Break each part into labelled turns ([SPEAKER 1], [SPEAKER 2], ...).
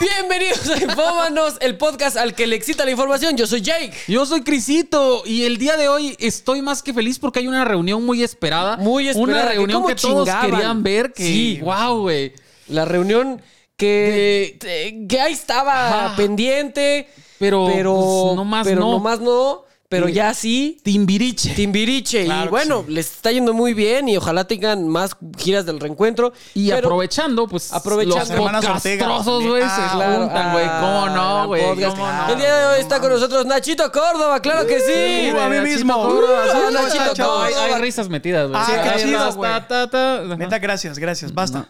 [SPEAKER 1] Bienvenidos a Infómanos, el podcast al que le excita la información. Yo soy Jake.
[SPEAKER 2] Yo soy Crisito y el día de hoy estoy más que feliz porque hay una reunión muy esperada.
[SPEAKER 1] Muy esperada,
[SPEAKER 2] Una
[SPEAKER 1] que
[SPEAKER 2] reunión
[SPEAKER 1] cómo
[SPEAKER 2] que, todos
[SPEAKER 1] chingaban.
[SPEAKER 2] querían ver. Que,
[SPEAKER 1] Sí.
[SPEAKER 2] Wow, güey.
[SPEAKER 1] La reunión que, te- que ahí estaba
[SPEAKER 2] Ajá.
[SPEAKER 1] pendiente,
[SPEAKER 2] Pero,
[SPEAKER 1] pero,
[SPEAKER 2] pues, no más
[SPEAKER 1] pero
[SPEAKER 2] no.
[SPEAKER 1] más no, pero
[SPEAKER 2] Sí.
[SPEAKER 1] ya sí.
[SPEAKER 2] Timbiriche.
[SPEAKER 1] Timbiriche.
[SPEAKER 2] Claro
[SPEAKER 1] y
[SPEAKER 2] que
[SPEAKER 1] bueno, les está yendo muy bien y ojalá tengan más giras del reencuentro.
[SPEAKER 2] y
[SPEAKER 1] Pero-
[SPEAKER 2] aprovechando, pues,
[SPEAKER 1] aprovechando-
[SPEAKER 2] los
[SPEAKER 1] Las
[SPEAKER 3] hermanas Ortega
[SPEAKER 2] podcastrosos, güey, se
[SPEAKER 3] también. Ah,
[SPEAKER 2] juntan, güey. ¿Cómo no,
[SPEAKER 1] la
[SPEAKER 2] güey?
[SPEAKER 1] podcast.
[SPEAKER 2] ¿Cómo no?
[SPEAKER 1] El día de hoy está con nosotros Nachito Córdoba, claro que sí.
[SPEAKER 3] Uh, a mí
[SPEAKER 2] Nachito
[SPEAKER 3] mismo.
[SPEAKER 2] Córdoba,
[SPEAKER 3] Uh,
[SPEAKER 2] sí,
[SPEAKER 3] ¿cómo
[SPEAKER 2] Nachito
[SPEAKER 3] están,
[SPEAKER 2] Córdoba.
[SPEAKER 3] chavos?
[SPEAKER 2] Hay- Hay risas metidas, güey.
[SPEAKER 3] Ah, qué
[SPEAKER 2] Hay
[SPEAKER 3] chido,
[SPEAKER 2] risas,
[SPEAKER 3] güey.
[SPEAKER 2] ta, ta, ta. Ajá.
[SPEAKER 3] Neta, gracias, gracias. Basta.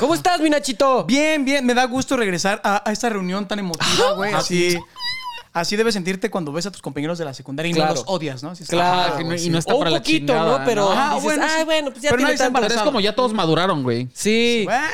[SPEAKER 1] ¿Cómo estás, mi Nachito?
[SPEAKER 3] Bien, bien. Me da gusto regresar a, a esta reunión tan
[SPEAKER 2] Ah,
[SPEAKER 3] emotiva, güey. Así, así debes sentirte cuando ves a tus compañeros de la secundaria y
[SPEAKER 1] Claro.
[SPEAKER 3] no los odias, ¿no? Así es-
[SPEAKER 1] Claro,
[SPEAKER 3] Ajá,
[SPEAKER 2] que no-
[SPEAKER 3] güey,
[SPEAKER 2] y
[SPEAKER 3] sí.
[SPEAKER 2] no está
[SPEAKER 1] O un
[SPEAKER 2] para la
[SPEAKER 1] poquito,
[SPEAKER 2] chingada,
[SPEAKER 1] ¿no? Pero
[SPEAKER 2] ¿no? Ah,
[SPEAKER 3] Ajá,
[SPEAKER 1] dices,
[SPEAKER 3] bueno, sí.
[SPEAKER 1] "Ay, bueno, pues ya
[SPEAKER 3] Pero
[SPEAKER 1] tiene
[SPEAKER 3] nadie se
[SPEAKER 1] tanto".
[SPEAKER 2] Pero es como ya todos maduraron, güey.
[SPEAKER 1] Sí.
[SPEAKER 3] Ah,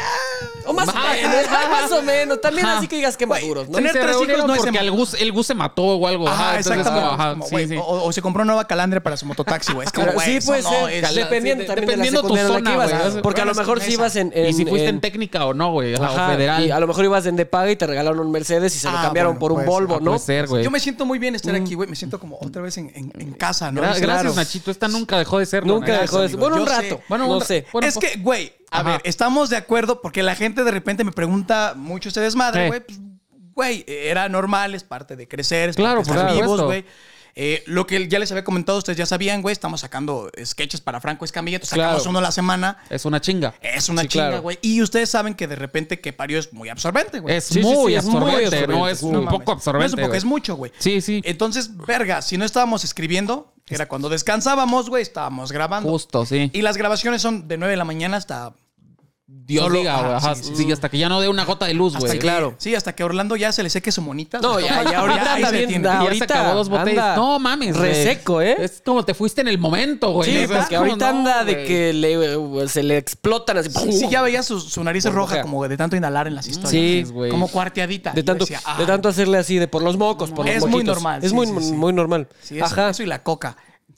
[SPEAKER 1] O más o
[SPEAKER 2] Más.
[SPEAKER 1] menos, ah, más o menos. También
[SPEAKER 2] Ajá.
[SPEAKER 1] así que digas que maduros, ¿no?
[SPEAKER 2] Sí,
[SPEAKER 3] Tener
[SPEAKER 2] se
[SPEAKER 3] tres hijos
[SPEAKER 2] reunieron
[SPEAKER 3] no es
[SPEAKER 2] porque
[SPEAKER 3] em-
[SPEAKER 2] el Gus, el Gus se mató o algo.
[SPEAKER 3] Ajá,
[SPEAKER 2] Ajá, entonces,
[SPEAKER 3] exactamente.
[SPEAKER 2] como, ajá,
[SPEAKER 3] Como,
[SPEAKER 2] sí,
[SPEAKER 3] güey,
[SPEAKER 2] sí.
[SPEAKER 3] O, o se compró una nueva calandria para su mototaxi, güey. Es como,
[SPEAKER 1] Pero
[SPEAKER 3] güey,
[SPEAKER 1] sí
[SPEAKER 3] eso
[SPEAKER 1] puede
[SPEAKER 3] no
[SPEAKER 1] ser,
[SPEAKER 3] es-
[SPEAKER 1] dependiendo
[SPEAKER 2] sí,
[SPEAKER 1] también
[SPEAKER 2] dependiendo
[SPEAKER 1] de
[SPEAKER 2] tu
[SPEAKER 1] la secundaria en la que
[SPEAKER 2] zona,
[SPEAKER 1] ibas,
[SPEAKER 2] güey.
[SPEAKER 1] Porque a lo
[SPEAKER 3] Buenas
[SPEAKER 1] mejor
[SPEAKER 3] con
[SPEAKER 1] si
[SPEAKER 3] esa.
[SPEAKER 1] ibas en, en-
[SPEAKER 2] y si fuiste en,
[SPEAKER 1] en-
[SPEAKER 2] técnica o no, güey, ajá, o
[SPEAKER 1] ajá,
[SPEAKER 2] federal.
[SPEAKER 1] Y ah, a lo mejor ibas en De Paga y te regalaron un Mercedes y se lo
[SPEAKER 3] Ah,
[SPEAKER 1] cambiaron
[SPEAKER 3] bueno,
[SPEAKER 1] por un
[SPEAKER 3] pues,
[SPEAKER 1] Volvo,
[SPEAKER 2] Ah,
[SPEAKER 1] ¿no?
[SPEAKER 2] Puede ser, güey. Mm.
[SPEAKER 3] Yo me siento muy bien estar aquí, güey. Me siento como otra vez en, en- en casa, ¿no?
[SPEAKER 2] Gra-
[SPEAKER 3] Es-
[SPEAKER 2] gracias,
[SPEAKER 3] Ah, claro.
[SPEAKER 2] Nachito. Esta nunca dejó de ser.
[SPEAKER 1] Nunca
[SPEAKER 2] ¿no?
[SPEAKER 1] dejó de ser.
[SPEAKER 3] amigo,
[SPEAKER 1] Bueno, un
[SPEAKER 3] yo
[SPEAKER 1] rato.
[SPEAKER 3] sé.
[SPEAKER 2] Bueno,
[SPEAKER 1] no
[SPEAKER 2] un ra-
[SPEAKER 1] sé.
[SPEAKER 2] bueno,
[SPEAKER 3] es
[SPEAKER 2] po-
[SPEAKER 3] que, güey, a
[SPEAKER 2] Ajá.
[SPEAKER 3] ver, estamos de acuerdo porque la gente de repente me pregunta mucho ustedes
[SPEAKER 2] Sí.
[SPEAKER 3] madre, güey, pues, güey, era normal, es parte de crecer, es
[SPEAKER 2] Claro,
[SPEAKER 3] parte de estar
[SPEAKER 2] por
[SPEAKER 3] vivos,
[SPEAKER 2] supuesto.
[SPEAKER 3] güey. Eh, lo que ya les había comentado, ustedes ya sabían, güey, estamos sacando sketches para Franco Escamilla, entonces sacamos
[SPEAKER 2] Claro.
[SPEAKER 3] uno a la semana.
[SPEAKER 2] Es una chinga.
[SPEAKER 3] Es una
[SPEAKER 1] Sí,
[SPEAKER 3] chinga,
[SPEAKER 1] claro.
[SPEAKER 3] güey. Y ustedes saben que de repente que parió es muy absorbente, güey.
[SPEAKER 2] Es
[SPEAKER 1] Sí, sí,
[SPEAKER 2] muy
[SPEAKER 1] sí, es muy
[SPEAKER 2] absorbente, no
[SPEAKER 1] absorbente.
[SPEAKER 2] es
[SPEAKER 1] No
[SPEAKER 2] un
[SPEAKER 3] mames.
[SPEAKER 2] poco
[SPEAKER 3] No
[SPEAKER 2] absorbente.
[SPEAKER 3] es un poco,
[SPEAKER 2] güey.
[SPEAKER 3] es mucho, güey.
[SPEAKER 2] Sí, sí.
[SPEAKER 3] Entonces, verga, si no estábamos escribiendo, que era cuando descansábamos, güey, estábamos grabando.
[SPEAKER 2] Justo, sí.
[SPEAKER 3] Y las grabaciones son de 9 de la mañana hasta
[SPEAKER 2] Dios
[SPEAKER 3] solo-
[SPEAKER 2] diga, güey.
[SPEAKER 3] ah,
[SPEAKER 2] Ajá,
[SPEAKER 3] sí,
[SPEAKER 2] sí,
[SPEAKER 3] sí, sí.
[SPEAKER 2] hasta que ya no dé una gota de luz, güey.
[SPEAKER 3] que- Sí, hasta que Orlando ya se le seque su monita.
[SPEAKER 1] No, ya, ya ahorita
[SPEAKER 3] ahí
[SPEAKER 1] anda
[SPEAKER 3] se
[SPEAKER 1] bien,
[SPEAKER 3] tiene.
[SPEAKER 1] da-
[SPEAKER 2] Y ya
[SPEAKER 1] ahorita
[SPEAKER 2] se acabó dos botellas.
[SPEAKER 1] anda
[SPEAKER 2] no mames, güey.
[SPEAKER 1] reseco, ¿eh?
[SPEAKER 2] Es como te fuiste en el momento, güey.
[SPEAKER 1] Sí,
[SPEAKER 2] O sea, es
[SPEAKER 1] porque
[SPEAKER 2] como,
[SPEAKER 1] ahorita
[SPEAKER 2] no,
[SPEAKER 1] anda de
[SPEAKER 2] güey.
[SPEAKER 1] que le, eh, se le explotan así.
[SPEAKER 3] Sí, ya veía su, su nariz
[SPEAKER 1] Burbuja.
[SPEAKER 3] roja como de tanto inhalar en las historias.
[SPEAKER 2] Sí,
[SPEAKER 3] ¿no?
[SPEAKER 2] güey.
[SPEAKER 3] Como cuarteadita.
[SPEAKER 1] De
[SPEAKER 3] Y
[SPEAKER 1] tanto,
[SPEAKER 3] decía, ah,
[SPEAKER 1] de tanto hacerle así, de por los mocos, por los
[SPEAKER 3] Es muy
[SPEAKER 1] moquitos.
[SPEAKER 3] normal,
[SPEAKER 1] Es
[SPEAKER 3] sí,
[SPEAKER 1] muy,
[SPEAKER 3] sí, sí.
[SPEAKER 1] muy normal.
[SPEAKER 3] sí, eso,
[SPEAKER 1] Ajá.
[SPEAKER 3] eso y la coca.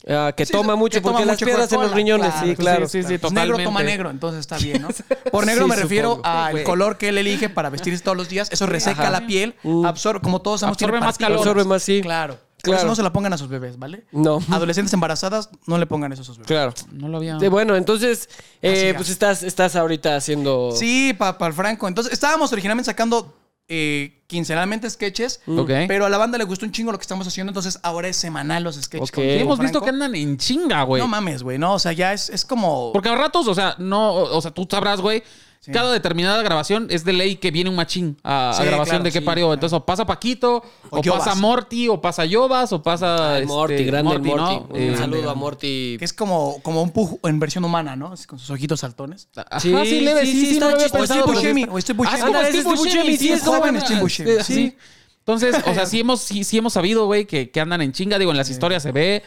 [SPEAKER 1] Ah, que
[SPEAKER 3] Sí,
[SPEAKER 1] toma
[SPEAKER 3] que
[SPEAKER 1] mucho,
[SPEAKER 3] toma
[SPEAKER 1] porque las
[SPEAKER 3] mucho
[SPEAKER 1] piedras en los
[SPEAKER 3] Coca-Cola,
[SPEAKER 1] riñones. sí, claro.
[SPEAKER 2] Sí, sí, sí,
[SPEAKER 3] Pues negro
[SPEAKER 2] totalmente.
[SPEAKER 3] toma negro, entonces está bien, ¿no? Por negro
[SPEAKER 2] Sí,
[SPEAKER 3] me refiero
[SPEAKER 2] supongo.
[SPEAKER 3] al
[SPEAKER 2] Güey.
[SPEAKER 3] color que él elige para vestirse todos los días. Eso reseca
[SPEAKER 1] Ajá.
[SPEAKER 3] la piel, absorbe, como todos sabemos,
[SPEAKER 2] Absorbe más
[SPEAKER 3] tiene partículas.
[SPEAKER 1] calor. Absorbe más, sí.
[SPEAKER 3] Claro. Por
[SPEAKER 1] Claro.
[SPEAKER 3] eso no se la pongan a sus bebés, ¿vale?
[SPEAKER 1] No.
[SPEAKER 3] Adolescentes embarazadas, no le pongan eso a sus bebés.
[SPEAKER 1] Claro.
[SPEAKER 2] No lo había.
[SPEAKER 1] Sí, bueno, entonces, eh,
[SPEAKER 3] Así ya.
[SPEAKER 1] pues estás, estás ahorita haciendo.
[SPEAKER 3] Sí, para el Franco. Entonces, estábamos originalmente sacando eh, quincenalmente sketches,
[SPEAKER 2] Ok.
[SPEAKER 3] pero a la banda le gustó un chingo lo que estamos haciendo, entonces ahora es semanal los sketches.
[SPEAKER 1] Ok.
[SPEAKER 3] con
[SPEAKER 2] Sí,
[SPEAKER 3] Diego
[SPEAKER 2] Hemos visto
[SPEAKER 3] Franco.
[SPEAKER 2] que andan en chinga, güey.
[SPEAKER 3] No mames, güey, no, o sea, ya es, es como...
[SPEAKER 2] Porque a ratos, o sea, no, o sea, tú sabrás, güey. Cada determinada grabación es de ley que viene un machín a, a
[SPEAKER 3] Sí,
[SPEAKER 2] grabación
[SPEAKER 3] claro,
[SPEAKER 2] de qué
[SPEAKER 3] sí,
[SPEAKER 2] parió.
[SPEAKER 3] claro.
[SPEAKER 2] Entonces, o pasa Paquito, o,
[SPEAKER 3] O Yobas.
[SPEAKER 2] pasa Morty, o pasa Yobas, o pasa.
[SPEAKER 1] Ay,
[SPEAKER 2] este,
[SPEAKER 1] Morty, grande el
[SPEAKER 2] ¿no?
[SPEAKER 1] Morty.
[SPEAKER 2] Eh,
[SPEAKER 1] Un saludo a Morty.
[SPEAKER 3] Que es como, como un pujo en versión humana, ¿no? Así con sus ojitos saltones.
[SPEAKER 2] Ajá,
[SPEAKER 1] Sí,
[SPEAKER 2] sí, le
[SPEAKER 1] sí, sí, está
[SPEAKER 2] no lo había
[SPEAKER 1] chistoso.
[SPEAKER 2] pensado,
[SPEAKER 1] O Steve
[SPEAKER 2] pero sí
[SPEAKER 3] Buscemi,
[SPEAKER 2] está-
[SPEAKER 3] o Steve Buscemi.
[SPEAKER 2] Ah, ándale,
[SPEAKER 1] Es Steve Buscemi, sí, es
[SPEAKER 3] joven Steve
[SPEAKER 2] ah,
[SPEAKER 3] Buscemi,
[SPEAKER 2] eh,
[SPEAKER 3] sí.
[SPEAKER 2] sí. Entonces, o sea, sí hemos, sí, sí hemos sabido, güey, que, que andan en chinga. Digo, en las historias se ve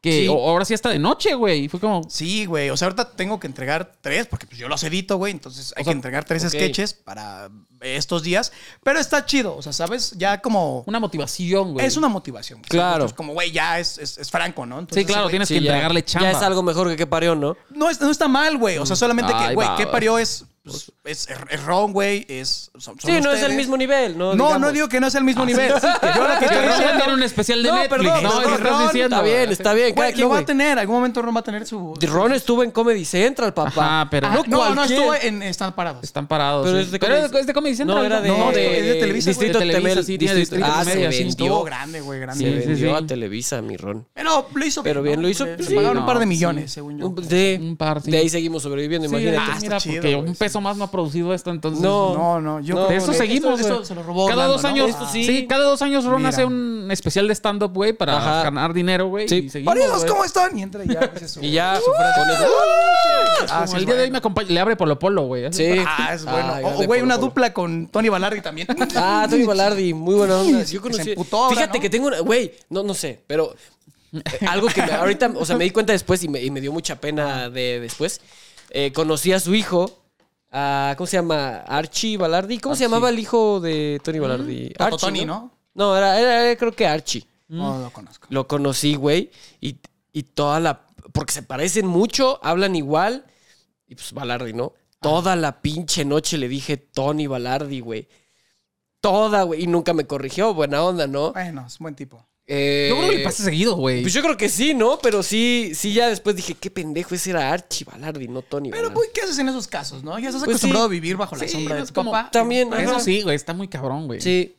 [SPEAKER 2] que
[SPEAKER 3] Sí.
[SPEAKER 2] o- ahora sí hasta de noche, güey. Y Fue como,
[SPEAKER 3] Sí, güey. O sea, ahorita tengo que entregar tres, porque pues yo los edito, güey. Entonces hay
[SPEAKER 2] sea,
[SPEAKER 3] que entregar tres
[SPEAKER 1] ok.
[SPEAKER 3] sketches para estos días. Pero está chido. O sea, ¿sabes? Ya como.
[SPEAKER 2] una motivación, güey.
[SPEAKER 3] Es una motivación. güey.
[SPEAKER 1] Claro.
[SPEAKER 3] Entonces, como, güey, ya es, es- es franco, ¿no?
[SPEAKER 2] Sí,
[SPEAKER 3] Entonces,
[SPEAKER 2] claro,
[SPEAKER 3] güey,
[SPEAKER 2] tienes
[SPEAKER 1] Sí,
[SPEAKER 2] que
[SPEAKER 1] ya.
[SPEAKER 2] entregarle chamba.
[SPEAKER 1] Ya es algo mejor que que parió, ¿no?
[SPEAKER 3] No, es- no está mal, güey. O sea, solamente
[SPEAKER 2] Ay,
[SPEAKER 3] que, güey,
[SPEAKER 2] va,
[SPEAKER 3] ¿qué
[SPEAKER 2] va.
[SPEAKER 3] parió es. pues, es, es ron, güey. Es. son- son
[SPEAKER 1] Sí, no es
[SPEAKER 3] ustedes.
[SPEAKER 1] el mismo nivel, ¿no?
[SPEAKER 3] No, no digo que no es el mismo
[SPEAKER 1] sí.
[SPEAKER 3] nivel. Yo lo que
[SPEAKER 2] Que
[SPEAKER 3] estoy
[SPEAKER 2] Ron
[SPEAKER 3] diciendo-
[SPEAKER 2] tiene un especial de
[SPEAKER 1] No,
[SPEAKER 2] Netflix.
[SPEAKER 1] perdón,
[SPEAKER 2] no,
[SPEAKER 1] no,
[SPEAKER 2] eso estás
[SPEAKER 3] Ron,
[SPEAKER 2] diciendo.
[SPEAKER 1] Está bien, está bien.
[SPEAKER 3] Güey,
[SPEAKER 1] Cada quien,
[SPEAKER 3] lo va a
[SPEAKER 1] güey.
[SPEAKER 3] tener. Algún momento Ron va a tener su. Ah,
[SPEAKER 1] Ron estuvo en Comedy Central, papá.
[SPEAKER 2] Ajá, pero-
[SPEAKER 1] No,
[SPEAKER 3] No, no, no
[SPEAKER 1] cualquier-
[SPEAKER 3] estuvo en Están Parados.
[SPEAKER 2] Están parados.
[SPEAKER 1] Pero
[SPEAKER 2] sí.
[SPEAKER 1] es de
[SPEAKER 2] Pero
[SPEAKER 1] Comedy-
[SPEAKER 2] es de Comedy Central,
[SPEAKER 1] No, era de,
[SPEAKER 3] No, es de- es de Televisa, güey.
[SPEAKER 1] Distrito
[SPEAKER 2] De Televisa,
[SPEAKER 1] Temel,
[SPEAKER 2] sí, tiene Distrito
[SPEAKER 1] ah,
[SPEAKER 2] Comedia,
[SPEAKER 1] se
[SPEAKER 2] sí.
[SPEAKER 3] Estuvo
[SPEAKER 1] vendió.
[SPEAKER 3] grande, güey, grande.
[SPEAKER 1] Se
[SPEAKER 2] Sí, sí,
[SPEAKER 1] vendió
[SPEAKER 2] sí.
[SPEAKER 1] a Televisa, mi Ron.
[SPEAKER 3] Pero lo hizo
[SPEAKER 1] Pero bien,
[SPEAKER 3] ¿no?
[SPEAKER 1] lo hizo
[SPEAKER 3] Le,
[SPEAKER 1] bien.
[SPEAKER 3] le pagaron
[SPEAKER 2] Sí,
[SPEAKER 3] un par de
[SPEAKER 2] no,
[SPEAKER 3] millones,
[SPEAKER 2] sí.
[SPEAKER 3] según yo.
[SPEAKER 1] Un, sí.
[SPEAKER 2] Un par, sí.
[SPEAKER 1] De ahí seguimos sobreviviendo,
[SPEAKER 2] Sí,
[SPEAKER 1] imagínate.
[SPEAKER 2] ah,
[SPEAKER 3] está
[SPEAKER 2] mira,
[SPEAKER 3] chido,
[SPEAKER 2] porque
[SPEAKER 3] güey,
[SPEAKER 2] un
[SPEAKER 3] sí.
[SPEAKER 2] peso más no ha producido esto, entonces.
[SPEAKER 1] No.
[SPEAKER 3] No, no, yo
[SPEAKER 1] No,
[SPEAKER 2] De eso
[SPEAKER 1] güey.
[SPEAKER 2] seguimos,
[SPEAKER 3] Esto-
[SPEAKER 2] güey.
[SPEAKER 3] esto se lo robó
[SPEAKER 2] Cada dos
[SPEAKER 3] Orlando, ¿no?
[SPEAKER 2] años,
[SPEAKER 1] Esto sí.
[SPEAKER 2] sí. cada dos años Ron
[SPEAKER 3] Mira.
[SPEAKER 2] hace un especial de stand-up, güey, para
[SPEAKER 1] Ajá.
[SPEAKER 2] ganar dinero, güey.
[SPEAKER 1] Sí.
[SPEAKER 2] Y seguimos,
[SPEAKER 3] Maridos,
[SPEAKER 2] güey.
[SPEAKER 3] ¿cómo están? Y entra y ya. dice su-
[SPEAKER 1] Y ya, su frase con eso.
[SPEAKER 3] Ah,
[SPEAKER 2] Como
[SPEAKER 3] sí,
[SPEAKER 2] el día de hoy
[SPEAKER 3] bueno.
[SPEAKER 2] me acompaña, le abre Polo Polo, güey. así.
[SPEAKER 1] Sí.
[SPEAKER 3] Ah, es bueno.
[SPEAKER 1] Ay,
[SPEAKER 3] O-
[SPEAKER 1] grande
[SPEAKER 3] o, güey,
[SPEAKER 1] Polo
[SPEAKER 3] una
[SPEAKER 1] Polo.
[SPEAKER 3] dupla con Tony Balardi también.
[SPEAKER 1] Ah, Tony Balardi, muy buena onda. Yo
[SPEAKER 3] se
[SPEAKER 1] conocí.
[SPEAKER 3] emputó ahora,
[SPEAKER 1] Fíjate
[SPEAKER 3] ¿no?
[SPEAKER 1] que tengo una. Güey, no, no sé, pero eh, algo que me- ahorita, o sea, me di cuenta después y me, y me dio mucha pena de después. Eh, conocí a su hijo. a- ¿Cómo se llama? Archie Balardi. ¿Cómo se llamaba el hijo de Tony Balardi?
[SPEAKER 3] Tato
[SPEAKER 1] Archie,
[SPEAKER 3] Mm, Tony,
[SPEAKER 1] No, era, era- era creo que Archie.
[SPEAKER 3] No lo conozco.
[SPEAKER 1] Lo conocí, güey. Y, y toda la. Porque se parecen mucho, hablan igual. Y pues Balardi, ¿no? Toda la pinche noche le dije Tony Balardi, güey. Toda, güey. Y nunca me corrigió. Buena onda, ¿no?
[SPEAKER 3] Bueno, es un buen tipo.
[SPEAKER 1] Eh,
[SPEAKER 2] Yo creo que le pasa seguido, güey.
[SPEAKER 1] Pues yo creo que sí, ¿no? Pero sí, sí, ya después dije, qué pendejo, ese era Archie Balardi, no Tony
[SPEAKER 3] Pero,
[SPEAKER 1] Balardi.
[SPEAKER 3] pues, ¿qué haces en esos casos, no? Ya
[SPEAKER 1] Pues
[SPEAKER 3] estás
[SPEAKER 1] sí.
[SPEAKER 3] acostumbrado a vivir bajo la
[SPEAKER 2] Sí,
[SPEAKER 3] sombra
[SPEAKER 2] no
[SPEAKER 3] de
[SPEAKER 2] es
[SPEAKER 3] tu
[SPEAKER 2] como-
[SPEAKER 3] papá.
[SPEAKER 1] También,
[SPEAKER 3] Pues,
[SPEAKER 1] ajá.
[SPEAKER 2] Eso sí, güey, está muy cabrón, güey.
[SPEAKER 1] Sí.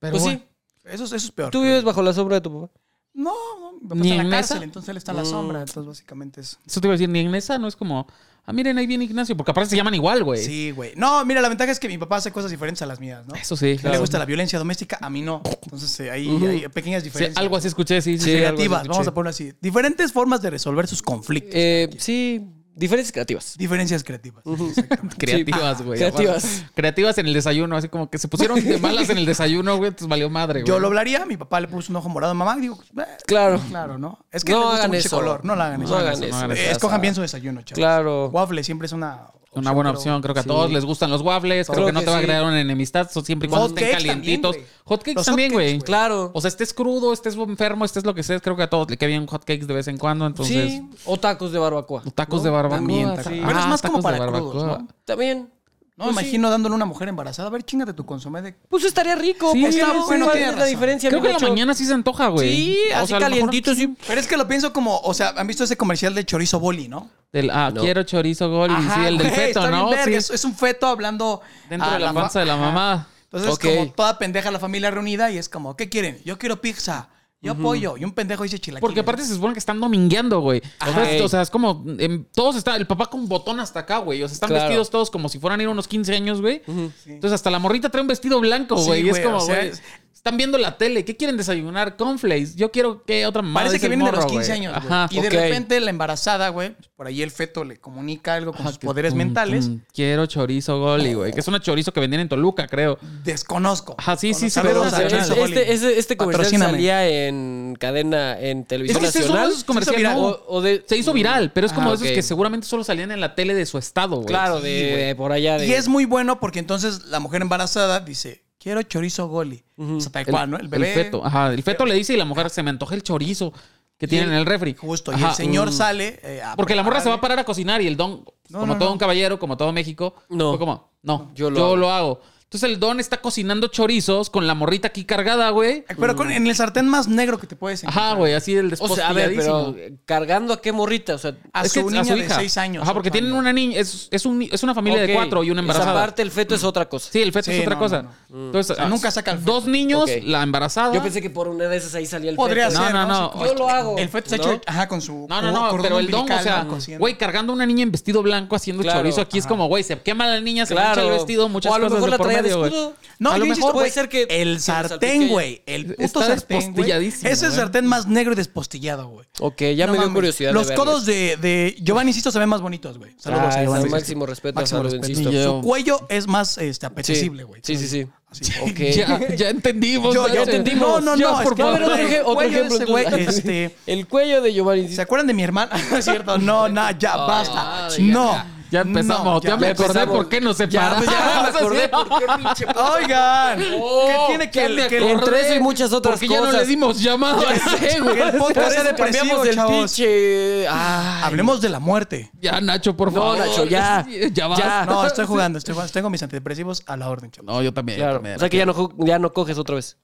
[SPEAKER 2] pero
[SPEAKER 1] pues
[SPEAKER 2] bueno.
[SPEAKER 1] sí.
[SPEAKER 3] Eso, es- eso es peor.
[SPEAKER 1] Tú vives bajo la sombra de tu papá.
[SPEAKER 3] No, no, mi papá
[SPEAKER 2] ¿Ni
[SPEAKER 3] está en
[SPEAKER 2] en
[SPEAKER 3] la
[SPEAKER 2] mesa?
[SPEAKER 3] cárcel, entonces él está en la
[SPEAKER 1] Mm.
[SPEAKER 3] sombra. Entonces, básicamente es...
[SPEAKER 2] Eso te iba a decir, ni en esa no es como, ah, miren, ahí viene Ignacio, porque aparte se llaman igual, güey.
[SPEAKER 3] Sí, güey. No, mira, la ventaja es que mi papá hace cosas diferentes a las mías, ¿no?
[SPEAKER 2] Eso sí,
[SPEAKER 3] A él
[SPEAKER 2] claro.
[SPEAKER 3] le gusta la violencia doméstica, a mí no. Entonces, eh, ahí
[SPEAKER 1] Ujú.
[SPEAKER 3] hay pequeñas
[SPEAKER 2] Sí,
[SPEAKER 3] diferencias.
[SPEAKER 2] algo así escuché, sí,
[SPEAKER 1] Sí,
[SPEAKER 2] sí. sí, algo así
[SPEAKER 3] Creativas,
[SPEAKER 2] escuché.
[SPEAKER 3] vamos a ponerlo así. Diferentes formas de resolver sus conflictos.
[SPEAKER 1] Eh, sí, diferencias creativas.
[SPEAKER 3] Diferencias creativas. Exactamente.
[SPEAKER 2] Creativas,
[SPEAKER 1] Sí.
[SPEAKER 2] güey.
[SPEAKER 1] Creativas.
[SPEAKER 2] aparte. Creativas en el desayuno, así como que se pusieron de malas en el desayuno, güey, entonces valió madre, güey.
[SPEAKER 3] Yo lo hablaría, mi papá le puso un ojo morado a mamá y digo, eh,
[SPEAKER 1] Claro.
[SPEAKER 3] claro, ¿no? Es que
[SPEAKER 1] No
[SPEAKER 3] le gusta
[SPEAKER 1] hagan
[SPEAKER 3] mucho
[SPEAKER 1] eso.
[SPEAKER 3] color. No la hagan
[SPEAKER 1] No
[SPEAKER 3] eso.
[SPEAKER 1] hagan
[SPEAKER 2] eso,
[SPEAKER 1] eso.
[SPEAKER 2] no hagan
[SPEAKER 3] Eh,
[SPEAKER 2] eso.
[SPEAKER 3] Escojan bien su desayuno, chavos.
[SPEAKER 1] Claro.
[SPEAKER 3] Waffle siempre es una.
[SPEAKER 2] Una buena
[SPEAKER 3] pero-
[SPEAKER 2] opción, creo que a
[SPEAKER 1] sí.
[SPEAKER 2] todos les gustan los waffles, creo,
[SPEAKER 1] Creo
[SPEAKER 2] que no
[SPEAKER 1] que
[SPEAKER 2] te va a
[SPEAKER 1] sí.
[SPEAKER 2] crear una enemistad, so- siempre y cuando
[SPEAKER 3] Hot
[SPEAKER 2] estén
[SPEAKER 3] cakes
[SPEAKER 2] calientitos.
[SPEAKER 3] también, güey.
[SPEAKER 2] Hotcakes
[SPEAKER 3] Los
[SPEAKER 2] también,
[SPEAKER 3] hot
[SPEAKER 2] güey.
[SPEAKER 3] cakes, güey.
[SPEAKER 1] Claro.
[SPEAKER 2] O sea, estés crudo, estés enfermo, estés lo que sea, creo que a todos le quedan hotcakes de vez en cuando, entonces.
[SPEAKER 1] sí. O tacos de barbacoa.
[SPEAKER 2] Tacos
[SPEAKER 1] ¿no?
[SPEAKER 2] de barbacoa.
[SPEAKER 1] También,
[SPEAKER 2] taca-
[SPEAKER 1] sí.
[SPEAKER 3] Pero es más como
[SPEAKER 2] tacos
[SPEAKER 3] para
[SPEAKER 2] de barbacoa.
[SPEAKER 3] crudos, ¿no?
[SPEAKER 1] También.
[SPEAKER 3] No,
[SPEAKER 1] Pues sí.
[SPEAKER 3] imagino dándole a una mujer embarazada. A ver, chingate tu consomé de.
[SPEAKER 1] Pues estaría rico.
[SPEAKER 2] Sí,
[SPEAKER 1] pues,
[SPEAKER 2] está
[SPEAKER 1] ¿sabes
[SPEAKER 3] bueno,
[SPEAKER 1] ¿Cuál
[SPEAKER 3] tiene
[SPEAKER 1] es la
[SPEAKER 3] razón.
[SPEAKER 1] diferencia?
[SPEAKER 2] Creo que en la
[SPEAKER 1] Nacho?
[SPEAKER 2] mañana sí se antoja, güey.
[SPEAKER 1] Sí,
[SPEAKER 2] O sea,
[SPEAKER 1] así
[SPEAKER 2] a lo mejor-
[SPEAKER 1] calientito, sí.
[SPEAKER 3] Pero es que lo pienso como. O sea, ¿han visto ese comercial de chorizo boli, no?
[SPEAKER 2] Del, ah,
[SPEAKER 1] No.
[SPEAKER 2] quiero chorizo gol. y sí, el del
[SPEAKER 3] güey,
[SPEAKER 2] feto,
[SPEAKER 3] está bien
[SPEAKER 2] ¿no?
[SPEAKER 3] verga,
[SPEAKER 2] Sí.
[SPEAKER 3] Es, es un feto hablando.
[SPEAKER 2] Dentro
[SPEAKER 3] a
[SPEAKER 2] de la
[SPEAKER 3] fa-
[SPEAKER 2] panza de la
[SPEAKER 3] Ajá.
[SPEAKER 2] mamá.
[SPEAKER 3] Entonces,
[SPEAKER 1] Ok.
[SPEAKER 3] como toda pendeja la familia reunida y es como, ¿qué quieren? Yo quiero pizza. Yo pollo. Y un pendejo dice chilaquiles.
[SPEAKER 2] Porque aparte se supone que están domingueando, güey. O sea,
[SPEAKER 1] Ajá.
[SPEAKER 2] es- O sea, es como. em, todos están. El papá con botón hasta acá, güey. O sea, están
[SPEAKER 1] Claro.
[SPEAKER 2] vestidos todos como si fueran a ir a unos 15 años, güey. Entonces, hasta la morrita trae un vestido blanco,
[SPEAKER 3] Sí,
[SPEAKER 2] güey. y es
[SPEAKER 3] güey,
[SPEAKER 2] como,
[SPEAKER 3] o sea,
[SPEAKER 2] güey.
[SPEAKER 3] es-
[SPEAKER 2] Están viendo la tele. ¿Qué quieren desayunar? Conflays. Yo quiero que otra mamá.
[SPEAKER 3] Parece que vienen de los 15 años, güey.
[SPEAKER 2] Ajá.
[SPEAKER 3] Y de
[SPEAKER 1] ok.
[SPEAKER 3] repente la embarazada, güey, pues, por ahí el feto le comunica algo con sus poderes
[SPEAKER 2] Tum,
[SPEAKER 3] mentales.
[SPEAKER 2] tum, Mm, quiero chorizo goli, güey. Que es una chorizo que vendían en Toluca, creo.
[SPEAKER 3] Desconozco.
[SPEAKER 2] Ajá, sí, sí, sí,
[SPEAKER 3] Saber
[SPEAKER 2] pero,
[SPEAKER 1] O
[SPEAKER 2] o
[SPEAKER 3] dónde
[SPEAKER 1] sea,
[SPEAKER 2] sea,
[SPEAKER 3] salió
[SPEAKER 1] es- este,
[SPEAKER 3] eso, Oli.
[SPEAKER 1] ese- este comercial
[SPEAKER 3] Patrocíname.
[SPEAKER 1] salía en cadena, en
[SPEAKER 2] Es
[SPEAKER 1] televisión
[SPEAKER 2] que se hizo uno de
[SPEAKER 1] nacional.
[SPEAKER 2] esos comerciales.
[SPEAKER 3] viral.
[SPEAKER 1] O, o de,
[SPEAKER 2] Se hizo viral, pero es como
[SPEAKER 1] Ah,
[SPEAKER 2] esos
[SPEAKER 1] ok.
[SPEAKER 2] que seguramente solo salían en la tele de su estado, güey.
[SPEAKER 1] Claro, de, de por allá. De,
[SPEAKER 3] Y es muy bueno porque entonces la mujer embarazada dice, quiero chorizo goli. O sea, tal
[SPEAKER 2] El,
[SPEAKER 3] cual, ¿no? El bebé.
[SPEAKER 2] feto. Ajá, el feto le dice y la mujer se me antoja el chorizo que tiene en el refri.
[SPEAKER 3] Justo. Y
[SPEAKER 2] Ajá. mm.
[SPEAKER 3] el señor sale. eh, a
[SPEAKER 2] Porque la morra se va a
[SPEAKER 3] prepararle.
[SPEAKER 2] parar a cocinar y el don,
[SPEAKER 3] No,
[SPEAKER 2] como
[SPEAKER 3] no,
[SPEAKER 2] todo
[SPEAKER 3] no.
[SPEAKER 2] un caballero, como todo México,
[SPEAKER 1] No.
[SPEAKER 2] fue como, no,
[SPEAKER 1] Yo
[SPEAKER 2] yo,
[SPEAKER 1] lo
[SPEAKER 2] lo,
[SPEAKER 1] hago.
[SPEAKER 2] hago. Entonces el don está cocinando chorizos con la morrita aquí cargada, güey.
[SPEAKER 3] Pero con- en el sartén más negro que te puedes encontrar.
[SPEAKER 2] Ajá, güey, así el
[SPEAKER 1] o sea, a ver,
[SPEAKER 2] despostilladísimo.
[SPEAKER 1] pero eh, cargando a qué morrita, o sea,
[SPEAKER 3] A
[SPEAKER 2] Es
[SPEAKER 3] su
[SPEAKER 2] que es-
[SPEAKER 3] niña de
[SPEAKER 2] hija.
[SPEAKER 3] 6 años.
[SPEAKER 2] Ajá, porque
[SPEAKER 3] ocho
[SPEAKER 2] tienen
[SPEAKER 3] años.
[SPEAKER 2] una niña, es, es un ni- es una familia
[SPEAKER 1] ok,
[SPEAKER 2] de cuatro y una embarazada.
[SPEAKER 1] Esa parte, el feto es otra cosa.
[SPEAKER 2] Sí, el feto
[SPEAKER 3] Sí,
[SPEAKER 2] es otra
[SPEAKER 3] no,
[SPEAKER 2] cosa.
[SPEAKER 3] no,
[SPEAKER 2] Entonces,
[SPEAKER 3] sea,
[SPEAKER 2] ah,
[SPEAKER 3] nunca saca el feto.
[SPEAKER 2] Dos niños,
[SPEAKER 1] Ok.
[SPEAKER 2] la embarazada.
[SPEAKER 1] Mm. Yo pensé que por una de esas ahí salía el
[SPEAKER 3] Podría
[SPEAKER 1] feto.
[SPEAKER 2] No,
[SPEAKER 3] ser.
[SPEAKER 2] no, no.
[SPEAKER 3] Así como
[SPEAKER 1] Yo lo hago.
[SPEAKER 3] El feto se ha
[SPEAKER 1] ¿no?
[SPEAKER 3] hecho, ajá, con su.
[SPEAKER 2] No, no,
[SPEAKER 3] cordón
[SPEAKER 2] no, pero el don, o
[SPEAKER 3] umbilical,
[SPEAKER 2] sea,
[SPEAKER 3] ¿no? Cosiendo.
[SPEAKER 2] güey, cargando a una niña en vestido blanco haciendo
[SPEAKER 1] Claro,
[SPEAKER 2] chorizo aquí es como, güey, se quema la niña, se
[SPEAKER 1] Claro.
[SPEAKER 2] le echa el vestido, muchas
[SPEAKER 1] o a lo
[SPEAKER 2] cosas
[SPEAKER 1] mejor
[SPEAKER 2] de
[SPEAKER 1] la
[SPEAKER 2] por
[SPEAKER 1] traía
[SPEAKER 2] medio,
[SPEAKER 1] de
[SPEAKER 2] güey.
[SPEAKER 1] escudo. a
[SPEAKER 3] No,
[SPEAKER 1] lo mejor
[SPEAKER 3] yo insisto,
[SPEAKER 1] puede
[SPEAKER 3] güey,
[SPEAKER 1] ser que
[SPEAKER 3] El
[SPEAKER 1] que
[SPEAKER 3] sartén,
[SPEAKER 1] salpique.
[SPEAKER 3] güey. El puto
[SPEAKER 2] Está
[SPEAKER 3] sartén. güey.
[SPEAKER 2] despostilladísimo,
[SPEAKER 3] Es el
[SPEAKER 2] güey.
[SPEAKER 3] sartén más negro y despostillado, güey.
[SPEAKER 1] Ok, ya
[SPEAKER 3] No
[SPEAKER 1] me dio
[SPEAKER 3] mames.
[SPEAKER 1] curiosidad. de
[SPEAKER 3] Los
[SPEAKER 1] verlo.
[SPEAKER 3] codos de, de Giovanni Sisto se ven más bonitos, güey. Saludos
[SPEAKER 1] Ah,
[SPEAKER 3] a Giovanni
[SPEAKER 1] es
[SPEAKER 3] Sisto.
[SPEAKER 1] máximo respeto a
[SPEAKER 3] Máximo
[SPEAKER 1] Salud,
[SPEAKER 3] respeto.
[SPEAKER 1] insisto.
[SPEAKER 2] Yo-
[SPEAKER 3] Su cuello es más este,
[SPEAKER 1] Sí.
[SPEAKER 3] apetecible, güey.
[SPEAKER 1] Sí, sí, sí.
[SPEAKER 3] Así.
[SPEAKER 1] Ok.
[SPEAKER 2] Ya, ya entendimos.
[SPEAKER 3] Yo,
[SPEAKER 2] ya
[SPEAKER 3] yo
[SPEAKER 2] entendí.
[SPEAKER 3] entendí. No, no,
[SPEAKER 1] Ya,
[SPEAKER 3] no. es
[SPEAKER 1] por
[SPEAKER 3] que-
[SPEAKER 1] favor. A ver, otro, ej- otro
[SPEAKER 3] Cuello
[SPEAKER 1] ejemplo.
[SPEAKER 3] ese, güey,
[SPEAKER 1] entonces.
[SPEAKER 3] este,
[SPEAKER 1] El cuello de Giovanni.
[SPEAKER 3] ¿Se acuerdan de mi hermana? No es cierto. No, no, ya,
[SPEAKER 1] Ah,
[SPEAKER 3] basta. No.
[SPEAKER 2] Ya empezamos.
[SPEAKER 3] No,
[SPEAKER 2] ya, me acordé
[SPEAKER 1] empezamos.
[SPEAKER 2] por qué nos
[SPEAKER 1] Ya,
[SPEAKER 2] separamos.
[SPEAKER 1] pues, ya me acordé por qué pinche...
[SPEAKER 3] Oigan. ¿Qué
[SPEAKER 2] Oh,
[SPEAKER 3] tiene
[SPEAKER 2] ya
[SPEAKER 3] que,
[SPEAKER 2] me
[SPEAKER 3] que
[SPEAKER 2] acordé.
[SPEAKER 1] Entre eso y muchas otras
[SPEAKER 2] Porque ya no
[SPEAKER 1] cosas.
[SPEAKER 2] le dimos llamado a ese, güey.
[SPEAKER 3] que el podcast sea
[SPEAKER 1] le
[SPEAKER 3] depresivo,
[SPEAKER 1] cambiamos el
[SPEAKER 3] chavos?
[SPEAKER 1] pinche. Ay.
[SPEAKER 3] Hablemos de la muerte.
[SPEAKER 2] Ya, Nacho, por
[SPEAKER 1] No,
[SPEAKER 2] favor.
[SPEAKER 1] Nacho, ya.
[SPEAKER 2] Ya
[SPEAKER 1] Ya.
[SPEAKER 2] basta.
[SPEAKER 3] No, estoy jugando, estoy jugando. Tengo mis antidepresivos a la orden, chavos.
[SPEAKER 2] No, yo también. yo
[SPEAKER 1] Claro.
[SPEAKER 2] también.
[SPEAKER 1] O sea que ya no, jo- ya no coges otra vez.